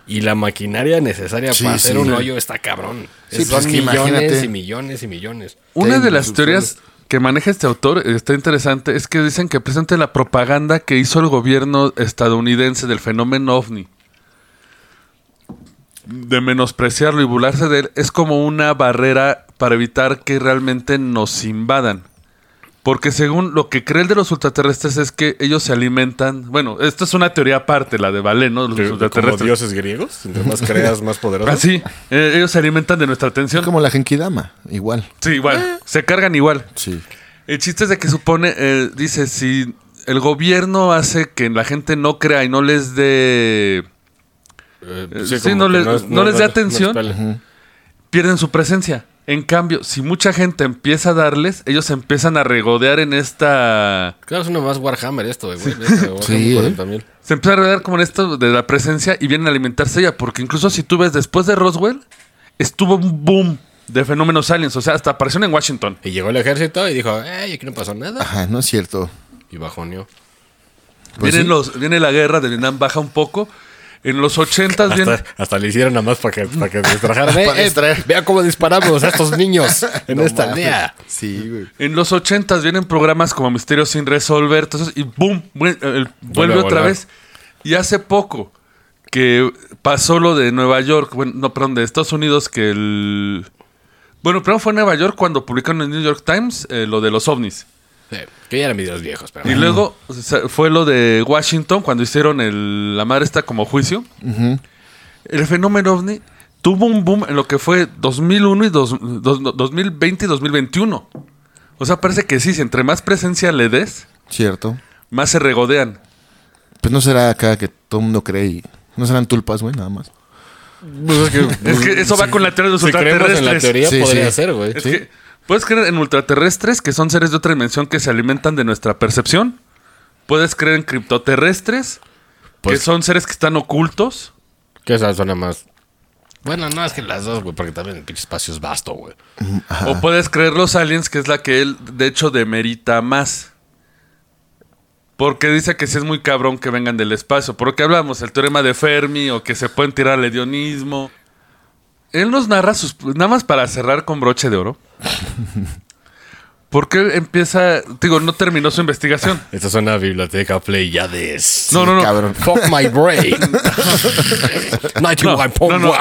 Y la maquinaria necesaria
Sí,
para hacer
sí.
un hoyo está cabrón.
Sí,
son
pues, es que
millones
imagínate.
y millones y millones.
Una
Ten
de las
sus
teorías que maneja este autor, eh, está interesante, es que dicen que presente la propaganda que hizo el gobierno estadounidense del fenómeno ovni. de menospreciarlo y burlarse de él es como una barrera para evitar que realmente nos invadan. Porque según lo que cree el de los ultraterrestres es que ellos se alimentan. Bueno, esta es una teoría aparte, la de Valé, ¿no? Los
Como
ultraterrestres.
dioses griegos, entre más creas, más poderosos.
Así, eh, ellos se alimentan de nuestra atención.
Es como la Genkidama, igual.
Sí, igual. Se cargan igual.
Sí.
El chiste es de que supone, eh, dice, si el gobierno hace que la gente no crea y no les dé,
Eh,
Sí,
como
no
que
le-
es-
no les dé atención.
les pela.
pierden su presencia. En cambio, si mucha gente empieza a darles, ellos se empiezan a regodear en esta...
Claro, es una más Warhammer esto, güey. güey. Warhammer
Sí,
40,000.
Se empieza a rodear como en esto de la presencia y vienen a alimentarse ella. Porque incluso si tú ves después de Roswell, estuvo un boom de fenómenos aliens. O sea, hasta aparecieron en Washington.
Y llegó el ejército y dijo, ¡Ey, aquí no pasó nada!
Ajá, no es cierto.
Y bajoneó.
Pues
vienen
sí.
los, viene la guerra de Vietnam, baja un poco. En los 80 viene...
Hasta, hasta le hicieron nada más para que, para que distrajaran.
Pues Para
Eh, eh,
distraer.
vea cómo disparamos a estos niños en
No
esta
mames.
aldea.
Ah, pues, Sí, güey.
En los 80 vienen programas como Misterios sin resolver, entonces, y ¡boom! Vuel- el- Vuelve,
a
otra
volar.
vez. Y hace poco que pasó lo de Nueva York, bueno, no, perdón, de Estados Unidos, que el... Bueno, pero fue en Nueva York cuando publicaron en el New York Times eh, lo de los ovnis.
Eh, que ya eran videos viejos, pero
Y
bueno.
luego o sea, fue lo de Washington cuando hicieron el, la madre esta como juicio. El fenómeno ovni tuvo un boom en lo que fue 2001 y dos- dos- 2020 y 2021. O sea, parece que sí, si entre más presencia le des,
Cierto.
más se regodean.
Pues no será acá que todo el mundo cree y... No serán tulpas, güey, nada más.
Pues
Es que eso va con la teoría de los
si creemos
ultraterrestres.
en la teoría,
Sí,
podría
sí.
ser, güey.
Es que, ¿Puedes creer en ultraterrestres, que son seres de otra dimensión que se alimentan de nuestra percepción? ¿Puedes creer en criptoterrestres,
Pues-
que son seres que están ocultos?
Que esa suena más. Bueno, no, es que las dos, güey, porque también el pinche espacio es vasto, güey.
O puedes creer los aliens, que es la que él, de hecho, demerita más. Porque dice que sí es muy cabrón que vengan del espacio. Porque hablamos el teorema de Fermi o que se pueden tirar al hedionismo. Él nos narra sus. Nada más para cerrar con broche de oro. Porque él empieza. Digo, no terminó su investigación.
Esta es una biblioteca play ya de.
No, no, no.
Cabrón.
Fuck my brain.
No,
91.1.
no, no.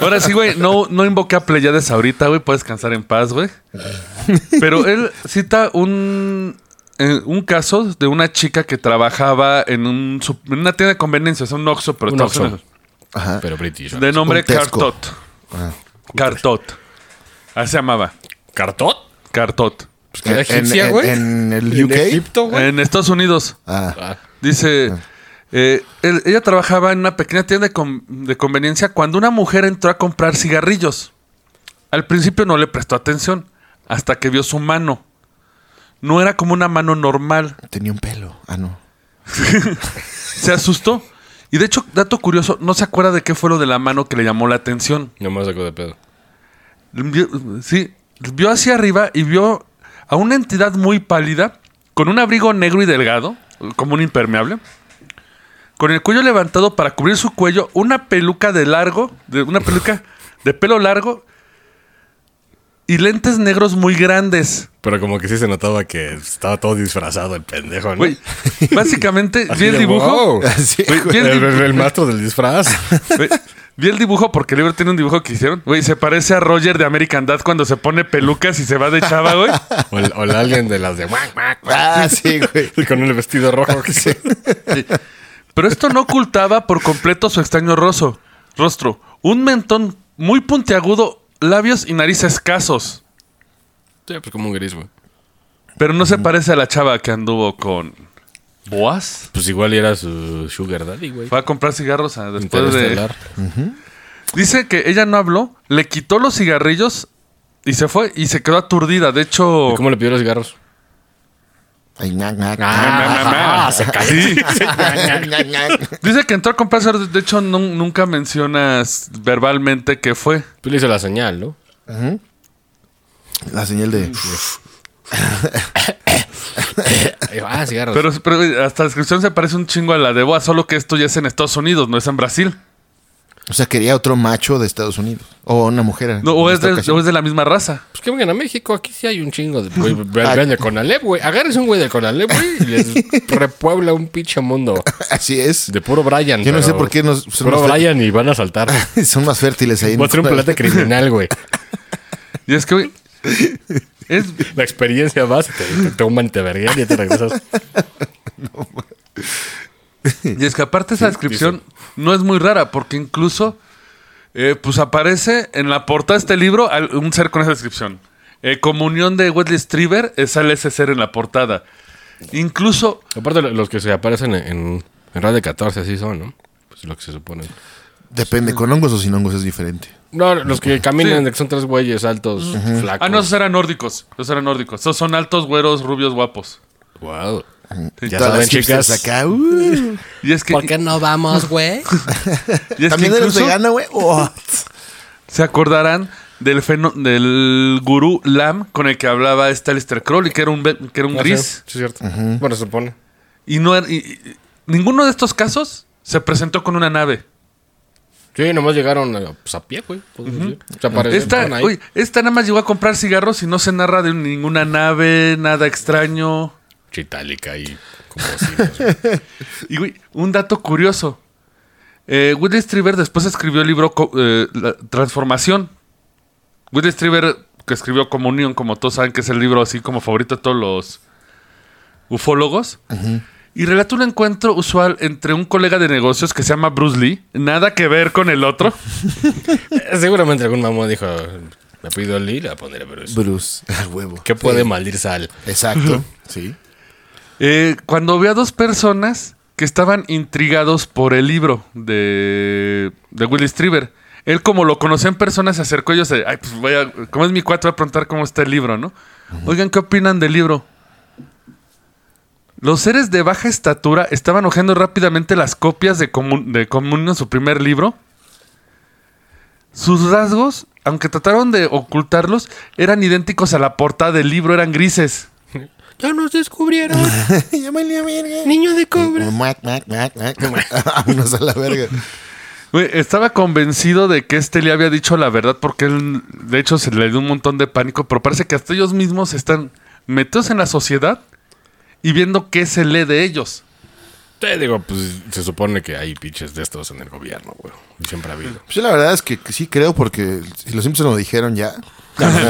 Ahora sí, güey, no, no invoqué a Pleiades ahorita, güey. Puedes descansar en paz, güey. Pero él cita un, eh, un caso de una chica que trabajaba en, un, sup- en una tienda de conveniencia, o sea, un Oxxo, pero
Un
Estados
Oxxo.
Unidos,
Ajá.
Pero British.
de nombre
Un Tesco.
Cartot. Cartot. Así se llamaba.
¿Cartot?
Cartot.
Pues que era
En-
egipcia,
en-
güey.
en el
¿En
UK?
Egipto, Oh, güey.
En Estados Unidos.
Ah,
Ah,
Dice, eh, él- ella trabajaba en una pequeña tienda de, con- de conveniencia cuando una mujer entró a comprar cigarrillos. Al principio no le prestó atención, hasta que vio su mano. No era como una mano normal.
tenía un pelo. Ah, no.
Se asustó. Y de hecho, dato curioso, no se acuerda de qué fue lo de la mano que le llamó la atención.
no me saco de pedo.
Vio- sí, vio hacia arriba y vio a una entidad muy pálida, con un abrigo negro y delgado, como un impermeable, con el cuello levantado para cubrir su cuello, una peluca de largo, de una peluca de pelo largo y lentes negros muy grandes.
Pero como que sí se notaba que estaba todo disfrazado el pendejo, ¿no?
Güey, básicamente
Así
vi el
de,
dibujo.
wow.
Sí,
Güey, vi el
El, el,
dibujo-
el maestro del disfraz.
Güey, Vi el dibujo porque el libro tiene un dibujo que hicieron. Güey, se parece a Roger de American Dad cuando se pone pelucas y se va de chava, güey.
o, el, o el alien de las de... guac, guac, guac,
Ah, sí, güey.
Con el vestido rojo. Que se...
Pero esto no ocultaba por completo su extraño roso- rostro. Un mentón muy puntiagudo, labios y nariz escasos.
Sí, pues como un gris, güey.
Pero no se parece a la chava que anduvo con Boas.
Pues igual era su sugar daddy, güey.
Fue a comprar cigarros a- después de...
Interestelar.
Dice que ella no habló, le quitó los cigarrillos y se fue y se quedó aturdida. De hecho...
¿Y ¿Cómo le pidió los cigarros?
Ay, ña, ña,
Ah, ah, ah, sí.
ña, ña, ña.
Dice que entró a comprar cigarros. De hecho, nun- nunca mencionas verbalmente qué fue.
Pues le hizo la señal, ¿no?
La señal de...
Ahí va, Ah, cigarros.
Pero, pero hasta la descripción se parece un chingo a la de Boa, solo que esto ya es en Estados Unidos, no es en Brasil.
O sea, quería otro macho de Estados Unidos.
O una mujer.
No,
en
o, es
esta
de,
ocasión.
o es de la misma raza.
Pues que vengan a México, aquí sí hay un chingo de. Güey, ve-
Ah.
vean de Conalep, güey. Agárrense un güey de Conalep, güey, y les repuebla un pinche mundo.
Así es.
De puro Brian.
Yo no
pero-
sé por qué nos- se
Puro
nos-
Brian y van a saltar. Va
Son más fértiles ahí.
a ser un planeta criminal, güey.
Y es que, güey, es,
La experiencia vas, te, te toman, te verguean y te regresas.
y es que aparte esa descripción no es muy rara, porque incluso eh, pues aparece en la portada de este libro al- un ser con esa descripción. Eh, comunión de Wesley Strieber, eh, sale ese ser en la portada. Incluso,
Aparte, lo- los que se aparecen en, en, en Radio 14 así son, ¿no? Pues lo que se supone.
Depende, con hongos o sin hongos es diferente.
No, los que caminan,
Sí.
de que son tres güeyes altos, flacos.
ah, no, esos eran nórdicos. Esos eran nórdicos. Esos son altos, güeros, rubios, guapos.
Wow. Ya
Todas
saben,
las hipsters
chicas.
acá, uh.
Y es que,
¿Por qué no vamos, güey?
y es que
También eres
incluso
vegana, güey. What?
se acordarán del, feno- del gurú Lam con el que hablaba este Alistair Crowley, que era un, ve- que era un
Ah,
gris.
sí, sí, es cierto. Bueno, se supone.
Y no era- y- y- ninguno de estos casos se presentó con una nave.
Sí, nomás llegaron a, pues, a pie, güey. podemos decir. O sea,
Esta,
aparecieron ahí.
oye, esta nada más llegó a comprar cigarros y no se narra de ninguna nave, nada extraño.
Chitálica y como así.
Y güey, un dato curioso. Eh, Willy Strieber después escribió el libro co- eh, La Transformación. Willy Strieber, que escribió Comunión, como todos saben, que es el libro así como favorito de todos los ufólogos. Y relata un encuentro usual entre un colega de negocios que se llama Bruce Lee. Nada que ver con el otro.
Seguramente algún mamón dijo, me pido el Lee, le voy a poner a Bruce.
Bruce. Al huevo.
¿Qué puede
Sí.
maldir sal?
Exacto. Sí.
Eh, cuando vi a dos personas que estaban intrigados por el libro de, de Willy Strieber. Él, como lo conocía en persona, se acercó y yo sé, ay, pues voy a, como es mi cuate, voy a preguntar cómo está el libro, ¿no? Oigan, ¿qué opinan del libro? Los seres de baja estatura estaban hojeando rápidamente las copias de, Comun- de Comunión, su primer libro. Sus rasgos, aunque trataron de ocultarlos, eran idénticos a la portada del libro, eran grises.
Ya nos descubrieron,
Llámale a verga.
niño de
Mac, mac, mac, mac. Vámonos a la verga.
Güey, estaba convencido de que este le había dicho la verdad porque él, de hecho, se le dio un montón de pánico, pero parece que hasta ellos mismos están metidos en la sociedad y viendo qué se lee de ellos.
Te digo, pues se supone que hay pinches de estos en el gobierno, güey. Y Siempre ha habido.
Pues yo la verdad es que, que sí creo porque si los Simpsons lo dijeron ya.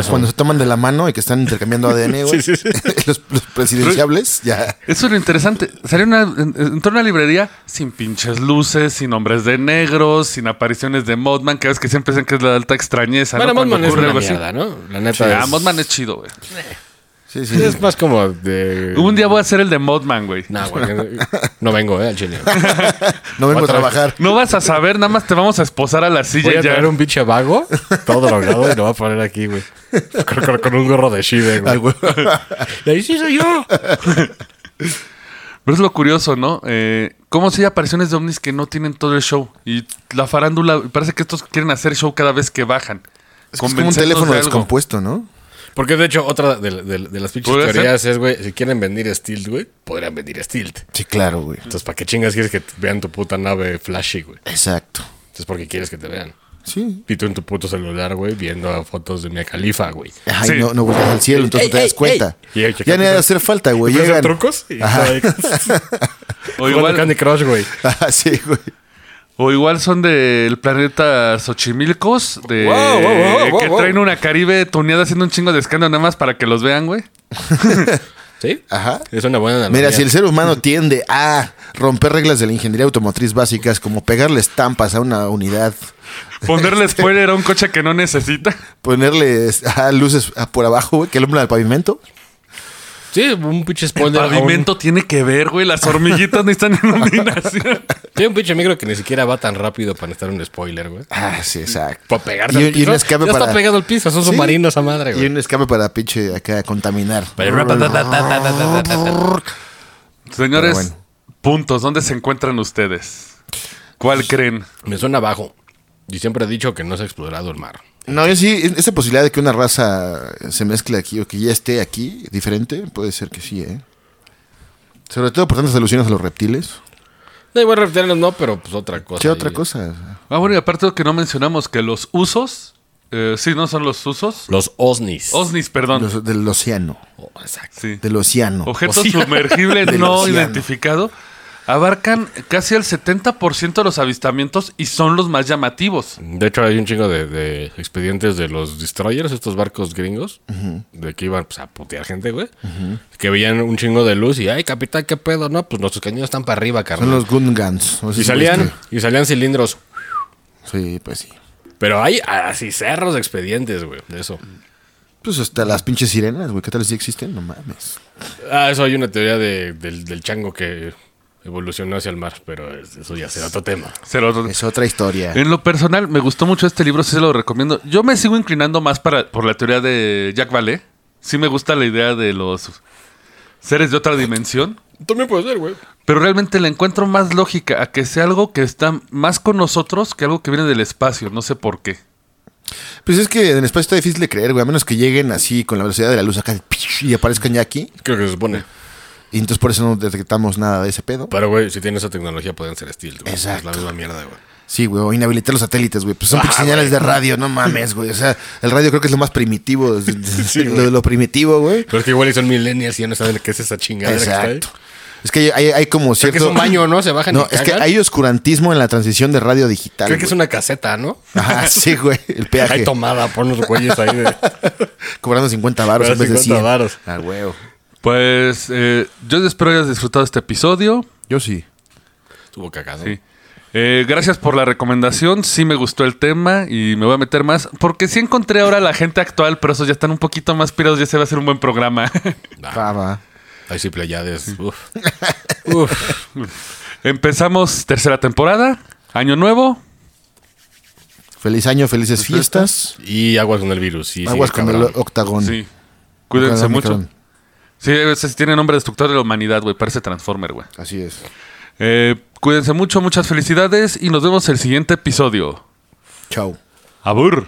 Cuando se toman de la mano y que están intercambiando ADN, güey.
Sí, sí, sí.
los, los presidenciables, ya.
Eso es lo interesante. Salió una, en- entró a una librería sin pinches luces, sin hombres de negros, sin apariciones de Modman, que ves que siempre dicen que es la alta extrañeza.
Bueno,
¿no? Cuando
Mothman es
ocurre
una
algo así.
mierda, ¿no? La neta
Sí, ah,
es...
Mothman es chido, güey.
Sí, sí.
Es más como de...
Un día voy a hacer el de Modman, güey.
Nah, güey, no vengo, eh, al chile.
No vengo a
Otra vez.
trabajar.
No vas a saber, nada más te vamos a esposar a la silla
Voy a
y ya.
traer un pinche vago, todo drogado, y lo voy a poner aquí, güey. Con, con- con un gorro de Shive,
Al
güey.
huevo.
Y ahí sí soy yo.
Pero es lo curioso, ¿no? Eh, ¿Cómo si hay apariciones de ovnis que no tienen todo el show? Y la farándula, parece que estos quieren hacer show cada vez que bajan.
Es como un
Convencernos
teléfono
de algo.
descompuesto, ¿no?
Porque de hecho, otra de, de- de las pinches
¿Podría
teorías es, güey, si quieren venir Stilt, güey, podrían venir Stilt.
Sí, claro, güey.
Entonces, ¿para qué chingas quieres que te vean tu puta nave flashy, güey?
Exacto.
Entonces, ¿por qué quieres que te vean?
Sí.
Y tú en tu puto celular, güey, viendo fotos de mi califa, güey.
Ay,
Sí.
no, no volteas al cielo, entonces no te das cuenta.
ey. Y hay que-
Ya ni ha de hacer falta, güey.
Empiezan
Llegan.
trucos y
O
Jugando Candy
igual,
Crush, güey.
Ah, sí, güey.
o igual son del planeta Xochimilcos, de,
Wow, wow, wow,
que
wow,
traen una Caribe tuneada haciendo un chingo de escándalo nada más para que los vean, güey.
¿Sí?
Ajá.
Es una buena analogía.
Mira, si el ser humano tiende a romper reglas de la ingeniería automotriz básicas, como pegarle estampas a una unidad,
Ponerle spoiler a un coche que no necesita.
ponerle ajá, luces ah, por abajo, güey, que alumbran el pavimento.
Sí, un pinche
El
spoiler. a un-
pavimento tiene que ver, güey. Las hormiguitas no están en iluminación.
Tiene un pinche micro que ni siquiera va tan rápido para estar un spoiler, güey.
Ah, sí, exacto.
Para pegarse
Y-
al
y
piso.
un escape
ya está
para-
pegado al piso, son
Sí.
submarinos a madre,
Y
güey.
un escape para pinche acá contaminar.
Señores,
Pero bueno.
puntos. ¿Dónde se encuentran ustedes? ¿Cuál creen?
Me suena abajo. Y siempre he dicho que no se ha explorado el mar.
No, yo sí, es- esa posibilidad de que una raza se mezcle aquí o que ya esté aquí, diferente, puede ser que sí, ¿eh? Sobre todo por tantas alusiones a los reptiles.
No, igual reptilianos no, pero pues otra cosa.
¿Qué
ahí.
otra cosa?
Ah, bueno, y aparte lo que no mencionamos, que los usos Eh, sí, ¿no son los usos?
Los OSNIs.
OSNIs, perdón.
Los- del océano.
Oh, exacto.
Sí.
Del océano.
Objeto
Océano.
sumergible
Del
no
océano.
identificado abarcan casi el 70% de los avistamientos y son los más llamativos.
De hecho, hay un chingo de, de expedientes de los destroyers, estos barcos gringos, de que iban pues, a putear gente, güey. Que veían un chingo de luz y, ay, capitán, qué pedo, no, pues nuestros cañones están para arriba,
Son
carnal.
los Gun Guns. No sé
Y
si
salían,
viste.
y salían cilindros.
Sí, pues sí.
Pero hay así cerros de expedientes, güey, de eso.
Pues hasta las pinches sirenas, güey. ¿Qué tal si existen? No mames.
Ah, eso hay una teoría de- del, del chango que evolucionó hacia el mar, pero es- eso ya será otro tema.
Se los-
Es otra historia.
En lo personal, me gustó mucho este libro, sí se lo recomiendo. Yo me sigo inclinando más para, por la teoría de Jack Vale. Sí me gusta la idea de los seres de otra dimensión,
También puede ser, güey.
pero realmente le encuentro más lógica a que sea algo que está más con nosotros que algo que viene del espacio, no sé por qué.
Pues es que en el espacio está difícil de creer, güey. A menos que lleguen así con la velocidad de la luz acá pish, y aparezcan ya aquí.
Creo que se supone.
Y entonces por eso no detectamos nada de ese pedo.
Pero, güey, si tienen esa tecnología pueden ser stealth, güey. Es
Exacto.
la misma mierda, güey.
Sí, güey. O inhabilitar los satélites, güey. Pues son
Ah,
pinches señales de radio. No mames, güey. O sea, el radio creo que es lo más primitivo. es- es-
Sí,
lo-
güey.
lo primitivo, güey.
Pero es que igual y son millennials y ya no saben qué es esa chingadera que
Exacto.
está ahí.
Es que hay, hay como
Creo
cierto.
que es un baño, ¿no? Se bajan
No,
y
es que
cagan.
hay oscurantismo en la transición de radio digital.
Creo que es
güey.
una caseta, ¿no?
Ajá, sí, güey. El
Hay
peaje.
tomada, pon los güeyes ahí de...
Cobrando 50 varos en
Cobrando
vez de
50
100.
varos.
Ah, huevo.
Pues eh, yo espero hayas disfrutado este episodio.
Yo sí.
Estuvo cagado.
Sí. Eh, gracias por la recomendación, sí me gustó el tema y me voy a meter más, porque sí encontré ahora a la gente actual, pero esos ya están un poquito más pirados, ya se va a hacer un buen programa.
Va, va.
Ahí sí playades. Uf. Uf.
Empezamos tercera temporada, año nuevo,
Feliz año, felices fiestas.
Y aguas con el virus. Sí, sí,
Aguas con el
cabrón.
octagón.
sí. Cuídense
Octagón,
mucho.
Omicron.
Sí, ese sí tiene nombre destructor de la humanidad, güey, parece Transformer, güey.
Así es.
Eh, cuídense mucho, muchas felicidades y nos vemos el siguiente episodio.
Chao.
Abur.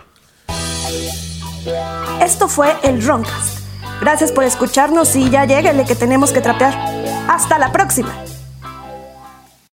Esto fue el Roncast. Gracias por escucharnos y ya lléguele que tenemos que trapear. ¡Hasta la próxima!